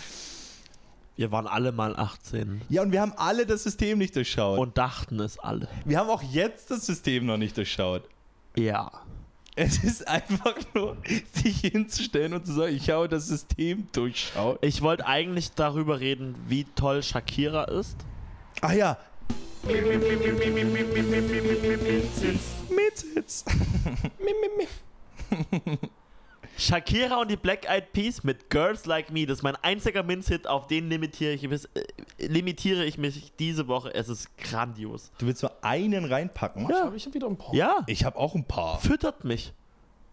Speaker 3: Wir waren alle mal 18
Speaker 2: Ja, und wir haben alle das System nicht durchschaut.
Speaker 3: und dachten es alle.
Speaker 2: wir haben auch jetzt das System noch nicht durchschaut.
Speaker 3: Ja.
Speaker 2: Es ist einfach nur, sich hinzustellen und zu sagen, ich habe das System durchschaut.
Speaker 3: Ich wollte eigentlich darüber reden, wie toll Shakira ist.
Speaker 2: Ach Ah ja,
Speaker 6: Minzins.
Speaker 2: Mitzitz.
Speaker 3: Shakira und die Black Eyed Peas mit Girls Like Me. Das ist mein einziger Minz-Hit, auf den limitiere ich, bis- äh, limitiere ich mich diese Woche. Es ist grandios.
Speaker 2: Du willst nur einen reinpacken?
Speaker 4: Ja. Ich habe wieder ein paar.
Speaker 3: Ja,
Speaker 2: Ich habe auch ein paar.
Speaker 3: füttert mich.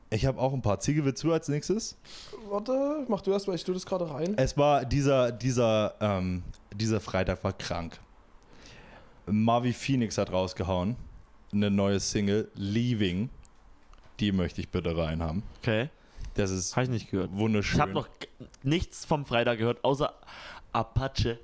Speaker 2: Ich habe auch ein paar. Ziege wird zu als nächstes.
Speaker 4: Warte, mach du erst mal, ich tue das gerade rein.
Speaker 2: Es war dieser, dieser, ähm, dieser Freitag war krank. Marvi Phoenix hat rausgehauen. Eine neue Single, Leaving. Die möchte ich bitte reinhaben.
Speaker 3: Okay,
Speaker 2: Das ist
Speaker 3: habe ich nicht gehört.
Speaker 2: wunderschön.
Speaker 3: Ich habe noch g- nichts vom Freitag gehört, außer Apache.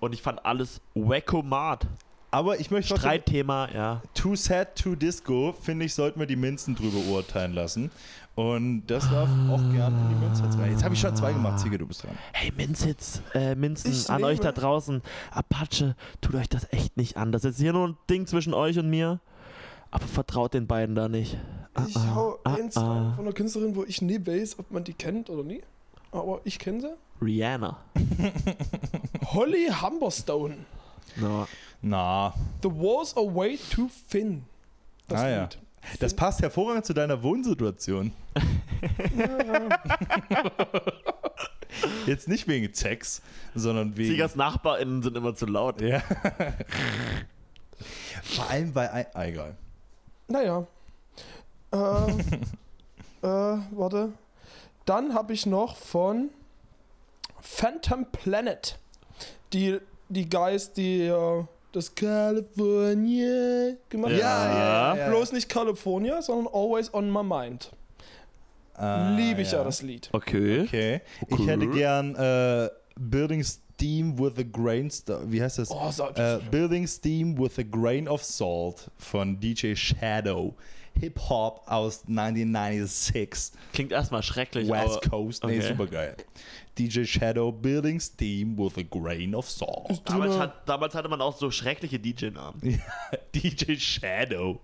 Speaker 3: Und ich fand alles Wackomat.
Speaker 2: Aber ich möchte trotzdem-
Speaker 3: Streitthema, ja.
Speaker 2: Too Sad to Disco, finde ich, sollten wir die Minzen drüber urteilen lassen. Und das darf auch gerne in die Minzhits rein. Jetzt habe ich schon zwei gemacht. Ziege, du bist dran.
Speaker 3: Hey Minzitz, äh, Minzen,
Speaker 4: Ich
Speaker 3: an
Speaker 4: nehme-
Speaker 3: euch da draußen. Apache, tut euch das echt nicht an. Das ist jetzt hier nur ein Ding zwischen euch und mir. Aber vertraut den beiden da nicht.
Speaker 4: Ich hau
Speaker 3: ah,
Speaker 4: eins
Speaker 3: ah.
Speaker 4: rein von einer Künstlerin, wo ich nie weiß, ob man die kennt oder nie. Aber ich kenne sie.
Speaker 3: Rihanna.
Speaker 4: Holly Humberstone.
Speaker 3: No.
Speaker 2: Na,
Speaker 4: The Walls Are Way Too Thin.
Speaker 2: Ah, ja.
Speaker 4: Lied.
Speaker 2: das passt hervorragend zu deiner Wohnsituation. Jetzt nicht wegen Sex, sondern wegen.
Speaker 3: Siegers NachbarInnen sind immer zu laut.
Speaker 2: Ja. Vor allem bei. Ein ah, egal.
Speaker 4: Naja.
Speaker 3: [LAUGHS]
Speaker 4: Ähm, äh, warte. Dann habe ich noch von Phantom Planet. Die, die Guys, die äh, das California gemacht haben.
Speaker 3: ja,
Speaker 4: Bloß nicht California, sondern Always on My Mind.
Speaker 2: Ah,
Speaker 4: Liebe ich ja. das Lied.
Speaker 3: Okay.
Speaker 2: Okay. Ich hätte gern äh, Building Steam with a Grain. St- Wie heißt das?
Speaker 4: Oh, so,
Speaker 2: Äh, Building Steam with a Grain of Salt von DJ Shadow. Hip-Hop aus 1996.
Speaker 3: Klingt erstmal schrecklich.
Speaker 2: West
Speaker 3: aber
Speaker 2: Coast. Nee,
Speaker 3: okay.
Speaker 2: super geil. DJ Shadow, Building Steam with a Grain of
Speaker 4: [LAUGHS]
Speaker 2: Salt.
Speaker 3: damals, hat, damals hatte man auch so schreckliche DJ-Namen.
Speaker 2: DJ Shadow.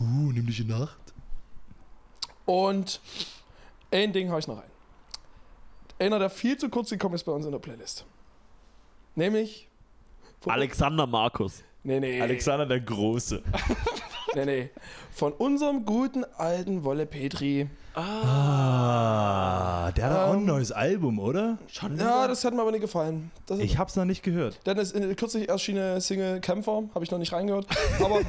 Speaker 2: Uh, nämliche Nacht.
Speaker 4: Und ein Ding habe ich noch rein. Einer, der viel zu kurz gekommen ist bei uns in der Playlist. Nämlich. von-
Speaker 3: Alexander Markus.
Speaker 4: Nee, nee.
Speaker 2: Alexander der Große.
Speaker 4: Nee, nee. Von unserem guten alten Wolle Petri.
Speaker 2: Ah, der hat auch ein
Speaker 4: Ähm.
Speaker 2: neues Album, oder?
Speaker 3: Schon
Speaker 4: Ja, das hat mir aber nicht gefallen. Das ist,
Speaker 2: Ich hab's noch nicht gehört.
Speaker 4: dann ist in, kürzlich erschienene Single Kämpfer, habe ich noch nicht reingehört.
Speaker 2: [LAUGHS]
Speaker 4: Aber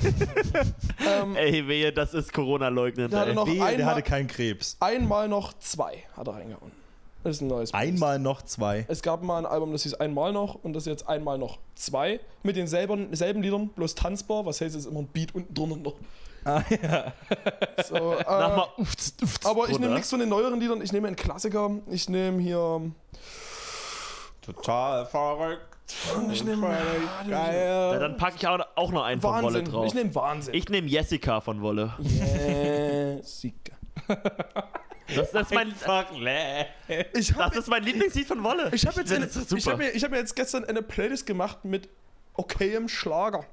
Speaker 4: ähm,
Speaker 3: Ey, wehe, das ist Corona-leugnend.
Speaker 4: Der hatte
Speaker 3: ey.
Speaker 4: noch-
Speaker 2: Wehe, der
Speaker 4: einmal-
Speaker 2: hatte keinen Krebs.
Speaker 4: einmal noch zwei hat er reingehauen. Das ist ein neues. Playlist.
Speaker 2: Einmal noch zwei.
Speaker 4: Es gab mal ein Album, das hieß Einmal noch und das ist jetzt Einmal noch zwei. Mit denselben selben Liedern, bloß tanzbar. Was heißt, es ist immer ein Beat unten drunter noch. Ah ja. So,
Speaker 3: [LAUGHS]
Speaker 4: äh,
Speaker 3: Mach mal ufz, ufz,
Speaker 4: aber ich nehme
Speaker 3: runter.
Speaker 4: nichts von den neueren Liedern. Ich nehme einen Klassiker. Ich nehme hier. ähm,
Speaker 2: Total verrückt.
Speaker 4: Ich nehme.
Speaker 3: Ja, dann packe ich auch, auch noch einen von Wolle
Speaker 4: Wahnsinn.
Speaker 3: drauf.
Speaker 4: Ich nehme Wahnsinn.
Speaker 3: Ich nehme Jessica von Wolle.
Speaker 4: Jessica.
Speaker 3: Das, das, ist, mein,
Speaker 4: Ich
Speaker 3: das
Speaker 4: habe
Speaker 3: ist mein Lieblingslied von Wolle.
Speaker 4: ich hab jetzt,
Speaker 3: finde,
Speaker 4: eine,
Speaker 3: das ist
Speaker 4: ich
Speaker 3: super.
Speaker 4: hab mir, ich hab mir jetzt gestern eine Playlist gemacht mit okayem Schlager.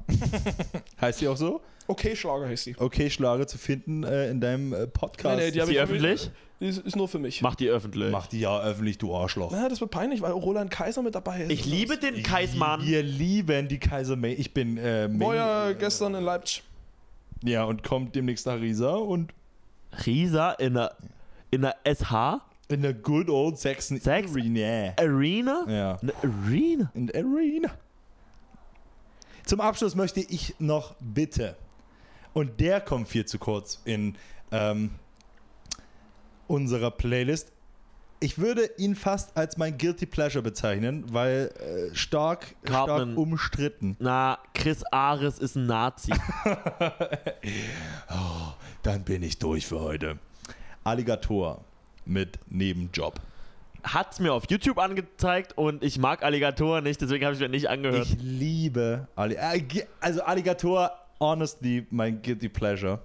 Speaker 2: Heißt die auch so?
Speaker 4: Okay Schlager heißt die.
Speaker 2: Okay, Schlager zu finden äh, in deinem äh, Podcast.
Speaker 4: Nee, nee, die hab
Speaker 3: ist die
Speaker 4: ich-
Speaker 3: öffentlich?
Speaker 4: Die ist, ist nur für mich.
Speaker 3: Mach die öffentlich.
Speaker 2: Mach die ja öffentlich, du Arschloch.
Speaker 4: Na, das wird peinlich, weil auch Roland Kaiser mit dabei ist.
Speaker 3: Ich liebe den Kaismann.
Speaker 2: Wir lieben die Kaiser May. Ich bin äh, May.
Speaker 4: War ja gestern in Leipzig.
Speaker 2: Ja, und kommt demnächst nach Riesa und
Speaker 3: Risa in der, in der SH
Speaker 2: in der good old Saxon
Speaker 3: Sax-
Speaker 2: Arena.
Speaker 3: Arena?
Speaker 2: Ja.
Speaker 3: Eine Arena?
Speaker 2: In der Arena. Zum Abschluss möchte ich noch bitte, und der kommt viel zu kurz in ähm, unserer Playlist. Ich würde ihn fast als mein Guilty Pleasure bezeichnen, weil äh, stark,
Speaker 3: Cartman.
Speaker 2: stark umstritten.
Speaker 3: Na, Chris Ares ist ein [LAUGHS] Nazi.
Speaker 2: Dann bin ich durch für heute. Alligator mit Nebenjob.
Speaker 3: Hat's mir auf YouTube angezeigt und ich mag Alligatoren nicht, deswegen habe ich mir nicht angehört.
Speaker 2: Ich liebe Alli äh, ge- also Alligator, honestly, mein guilty pleasure.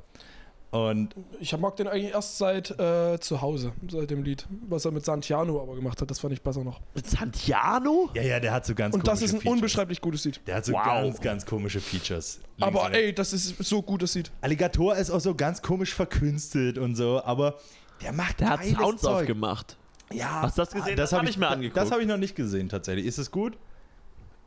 Speaker 2: Und
Speaker 4: Ich mag den eigentlich erst seit äh, zu Hause, seit dem Lied. Was er mit Santiano aber gemacht hat, das fand ich besser noch.
Speaker 3: Mit Santiano?
Speaker 2: ja, ja, der hat so ganz
Speaker 4: Und das
Speaker 2: komische
Speaker 4: ist ein
Speaker 2: Features.
Speaker 4: unbeschreiblich gutes Lied.
Speaker 2: Der hat so
Speaker 3: Wow.
Speaker 2: ganz, ganz komische Features. Links und
Speaker 4: Aber
Speaker 2: rechts.
Speaker 4: ey, das ist so gut, das Lied.
Speaker 2: Alligator ist auch so ganz komisch verkünstelt und so, aber der macht
Speaker 3: Der hat
Speaker 2: geiles
Speaker 3: Sounds
Speaker 2: Zeug.
Speaker 3: aufgemacht.
Speaker 2: Ja, Ah,
Speaker 3: Hast du das gesehen?
Speaker 2: Das
Speaker 3: Das hab
Speaker 2: habe
Speaker 3: ich mir angeguckt.
Speaker 2: Das habe ich noch nicht gesehen tatsächlich. Ist es gut?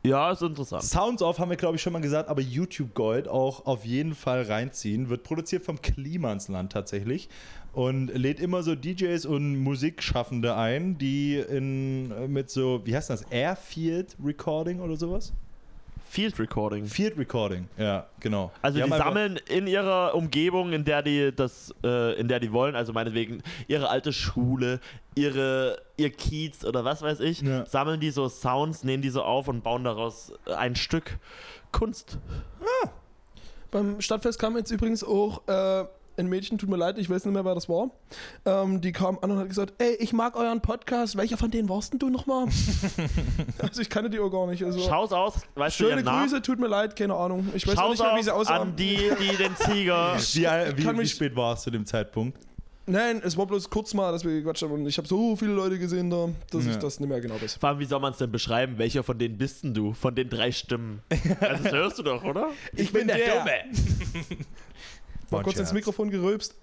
Speaker 3: Ja, ist interessant.
Speaker 2: Sounds Off haben wir, glaube ich, schon mal gesagt, aber YouTube Gold auch auf jeden Fall reinziehen. Wird produziert vom Klimansland tatsächlich und lädt immer so DJs und Musikschaffende ein, die in, äh, mit so, wie heißt das, Airfield Recording oder sowas?
Speaker 3: Field Recording.
Speaker 2: Field Recording, ja, genau.
Speaker 3: Also die,
Speaker 2: haben einfach-
Speaker 3: sammeln in ihrer Umgebung, in der die das, äh, in der die wollen, also meinetwegen ihre alte Schule, ihre ihr Kiez oder was weiß ich,
Speaker 2: Ja.
Speaker 3: sammeln die so Sounds, nehmen die so auf und bauen daraus äh, ein Stück Kunst.
Speaker 4: Beim Stadtfest kam jetzt übrigens auch äh, ein Mädchen, tut mir leid, ich weiß nicht mehr, wer das war. Ähm, die kam an und hat gesagt, ey, ich mag euren Podcast. Welcher von denen warst denn du [LAUGHS] nochmal? also ich kannte die auch gar nicht. Also,
Speaker 3: Schau's aus, weißt du
Speaker 4: schöne
Speaker 3: ihren Namen?
Speaker 4: Grüße, tut mir leid, keine Ahnung. Ich weiß auch
Speaker 3: Schau's
Speaker 4: nicht mehr, wie sie
Speaker 3: aus
Speaker 4: aussah.
Speaker 3: an die, die den
Speaker 4: [LAUGHS]
Speaker 3: Tiger.
Speaker 2: Wie, äh, wie,
Speaker 4: kann
Speaker 2: wie
Speaker 4: mich-
Speaker 2: spät war es zu dem Zeitpunkt?
Speaker 4: Nein, es war bloß kurz mal, dass wir gequatscht haben. Und ich habe so viele Leute gesehen da, dass ich
Speaker 2: Ja.
Speaker 4: das nicht mehr genau weiß.
Speaker 3: Vor allem, wie soll man es denn beschreiben? Welcher von denen bist denn du? Von den drei
Speaker 4: [LAUGHS]
Speaker 3: Stimmen. Also, das hörst du doch, oder?
Speaker 2: Ich, bin, der, Dumme.
Speaker 4: Mal kurz ins Mikrofon gerülpst.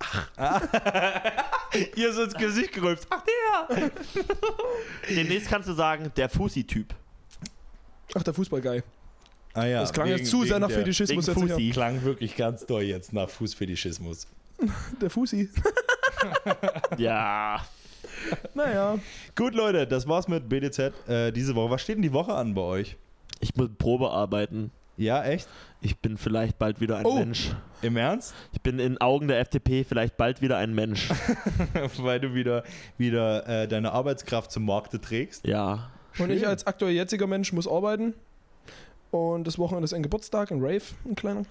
Speaker 2: Ihr so ins Gesicht gerülpst. Ach,
Speaker 4: [LAUGHS]
Speaker 3: Demnächst kannst du sagen, der Fussi-Typ.
Speaker 4: Ach, der Fußballguy.
Speaker 2: ah, ja.
Speaker 4: Das klang
Speaker 2: wegen-
Speaker 4: jetzt zu sehr
Speaker 2: wegen
Speaker 4: nach
Speaker 2: der-
Speaker 4: Fetischismus.
Speaker 3: wegen
Speaker 4: Jetzt
Speaker 3: Fussi.
Speaker 4: her.
Speaker 2: Klang wirklich ganz doll jetzt nach Fußfetischismus.
Speaker 4: Der Fusi. [LAUGHS]
Speaker 3: Ja.
Speaker 4: Naja.
Speaker 2: Gut, Leute, das war's mit BDZ äh, diese Woche. Was steht denn die Woche an bei euch?
Speaker 3: Ich muss Probe arbeiten.
Speaker 2: Ja, echt?
Speaker 3: Ich bin vielleicht bald wieder ein
Speaker 4: Oh.
Speaker 3: Mensch.
Speaker 2: Im Ernst? [LAUGHS]
Speaker 3: Ich bin in Augen der FDP vielleicht bald wieder ein Mensch.
Speaker 2: Weil du wieder, wieder äh, deine Arbeitskraft zum Markte trägst.
Speaker 3: Ja.
Speaker 4: Und ich als aktuell jetziger Mensch muss arbeiten. Und das Wochenende ist ein Geburtstag, ein Rave, ein kleiner.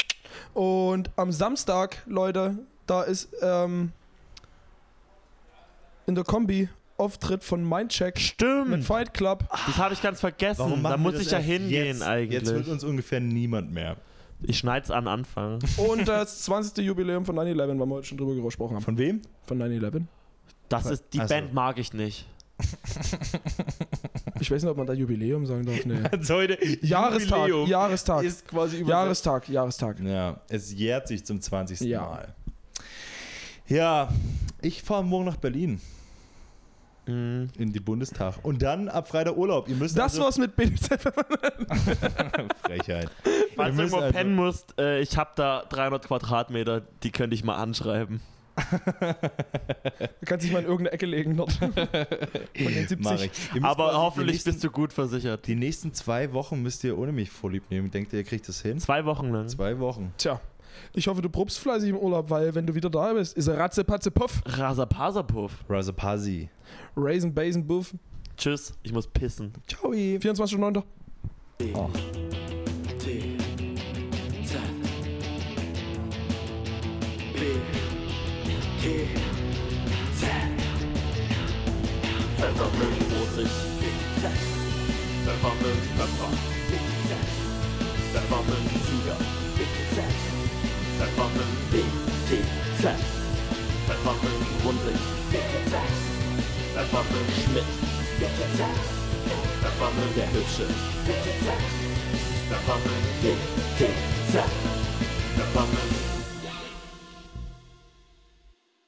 Speaker 4: Und am Samstag, Leute, da ist ähm, in der Kombi Auftritt von Mindcheck mit
Speaker 3: Stimmt.
Speaker 4: Fight Club.
Speaker 3: Das habe ich ganz vergessen.
Speaker 4: Hm,
Speaker 3: Da
Speaker 2: machen wir
Speaker 3: muss
Speaker 2: das
Speaker 3: ich ja
Speaker 2: erst
Speaker 3: hingehen
Speaker 2: jetzt? Jetzt hört
Speaker 3: eigentlich.
Speaker 2: uns ungefähr niemand mehr.
Speaker 3: Ich schneid's an Anfang.
Speaker 4: Und das 20. Jubiläum von 9-11, weil wir heute schon drüber gesprochen haben.
Speaker 2: Von wem? [LAUGHS]
Speaker 4: Von 9-11.
Speaker 3: Das ist die
Speaker 2: Ach so.
Speaker 3: Band mag ich nicht.
Speaker 4: Ich weiß nicht, ob man da Jubiläum sagen
Speaker 2: [LAUGHS]
Speaker 4: darf. Nee.
Speaker 2: Also heute
Speaker 4: Jahrestag,
Speaker 2: Jubiläum
Speaker 4: Jahrestag,
Speaker 2: ist quasi über.
Speaker 4: Jahrestag, Jahrestag.
Speaker 2: Ja, es jährt sich zum 20.
Speaker 4: Ja.
Speaker 2: Mal. Ja, ich fahre morgen nach Berlin
Speaker 3: Mhm.
Speaker 2: in den Bundestag. Und dann ab Freitag Urlaub. Ihr müsst
Speaker 4: Das
Speaker 2: also
Speaker 4: war's mit BDZ.
Speaker 2: Frechheit.
Speaker 3: Falls
Speaker 2: Wir
Speaker 3: du
Speaker 2: müssen
Speaker 3: irgendwo
Speaker 2: also-
Speaker 3: pennen musst, äh, ich habe da 300 Quadratmeter, die könnte ich mal anschreiben.
Speaker 4: Du [LAUGHS] kannst dich mal in irgendeine Ecke
Speaker 2: [LAUGHS]
Speaker 4: legen dort. Von den 70.
Speaker 2: Mach ich. Ihr müsst quasi
Speaker 3: Aber
Speaker 2: also die
Speaker 3: hoffentlich
Speaker 2: nächsten-
Speaker 3: bist du gut versichert.
Speaker 2: Die nächsten zwei Wochen müsst ihr ohne mich vorlieb nehmen. Denkt ihr, ihr kriegt das hin?
Speaker 3: Zwei Wochen lang.
Speaker 2: Zwei Wochen.
Speaker 4: Tja, ich hoffe, du probst fleißig im Urlaub, weil wenn du wieder da bist, ist er Ratze, Patze, Puff,
Speaker 3: Rasapasapuff.
Speaker 2: Razapasi.
Speaker 4: Raisin, Basin, Buff.
Speaker 3: Tschüss, ich muss pissen.
Speaker 2: Ciao.
Speaker 4: 24.09.
Speaker 2: Oh.
Speaker 1: Verformen Verbrauch. Verformen Sieger. Verformen BTZ. Verformen Grundsinn. Verformen Schmidt. Verformen der Hübsche. Verformen BTZ. Verformen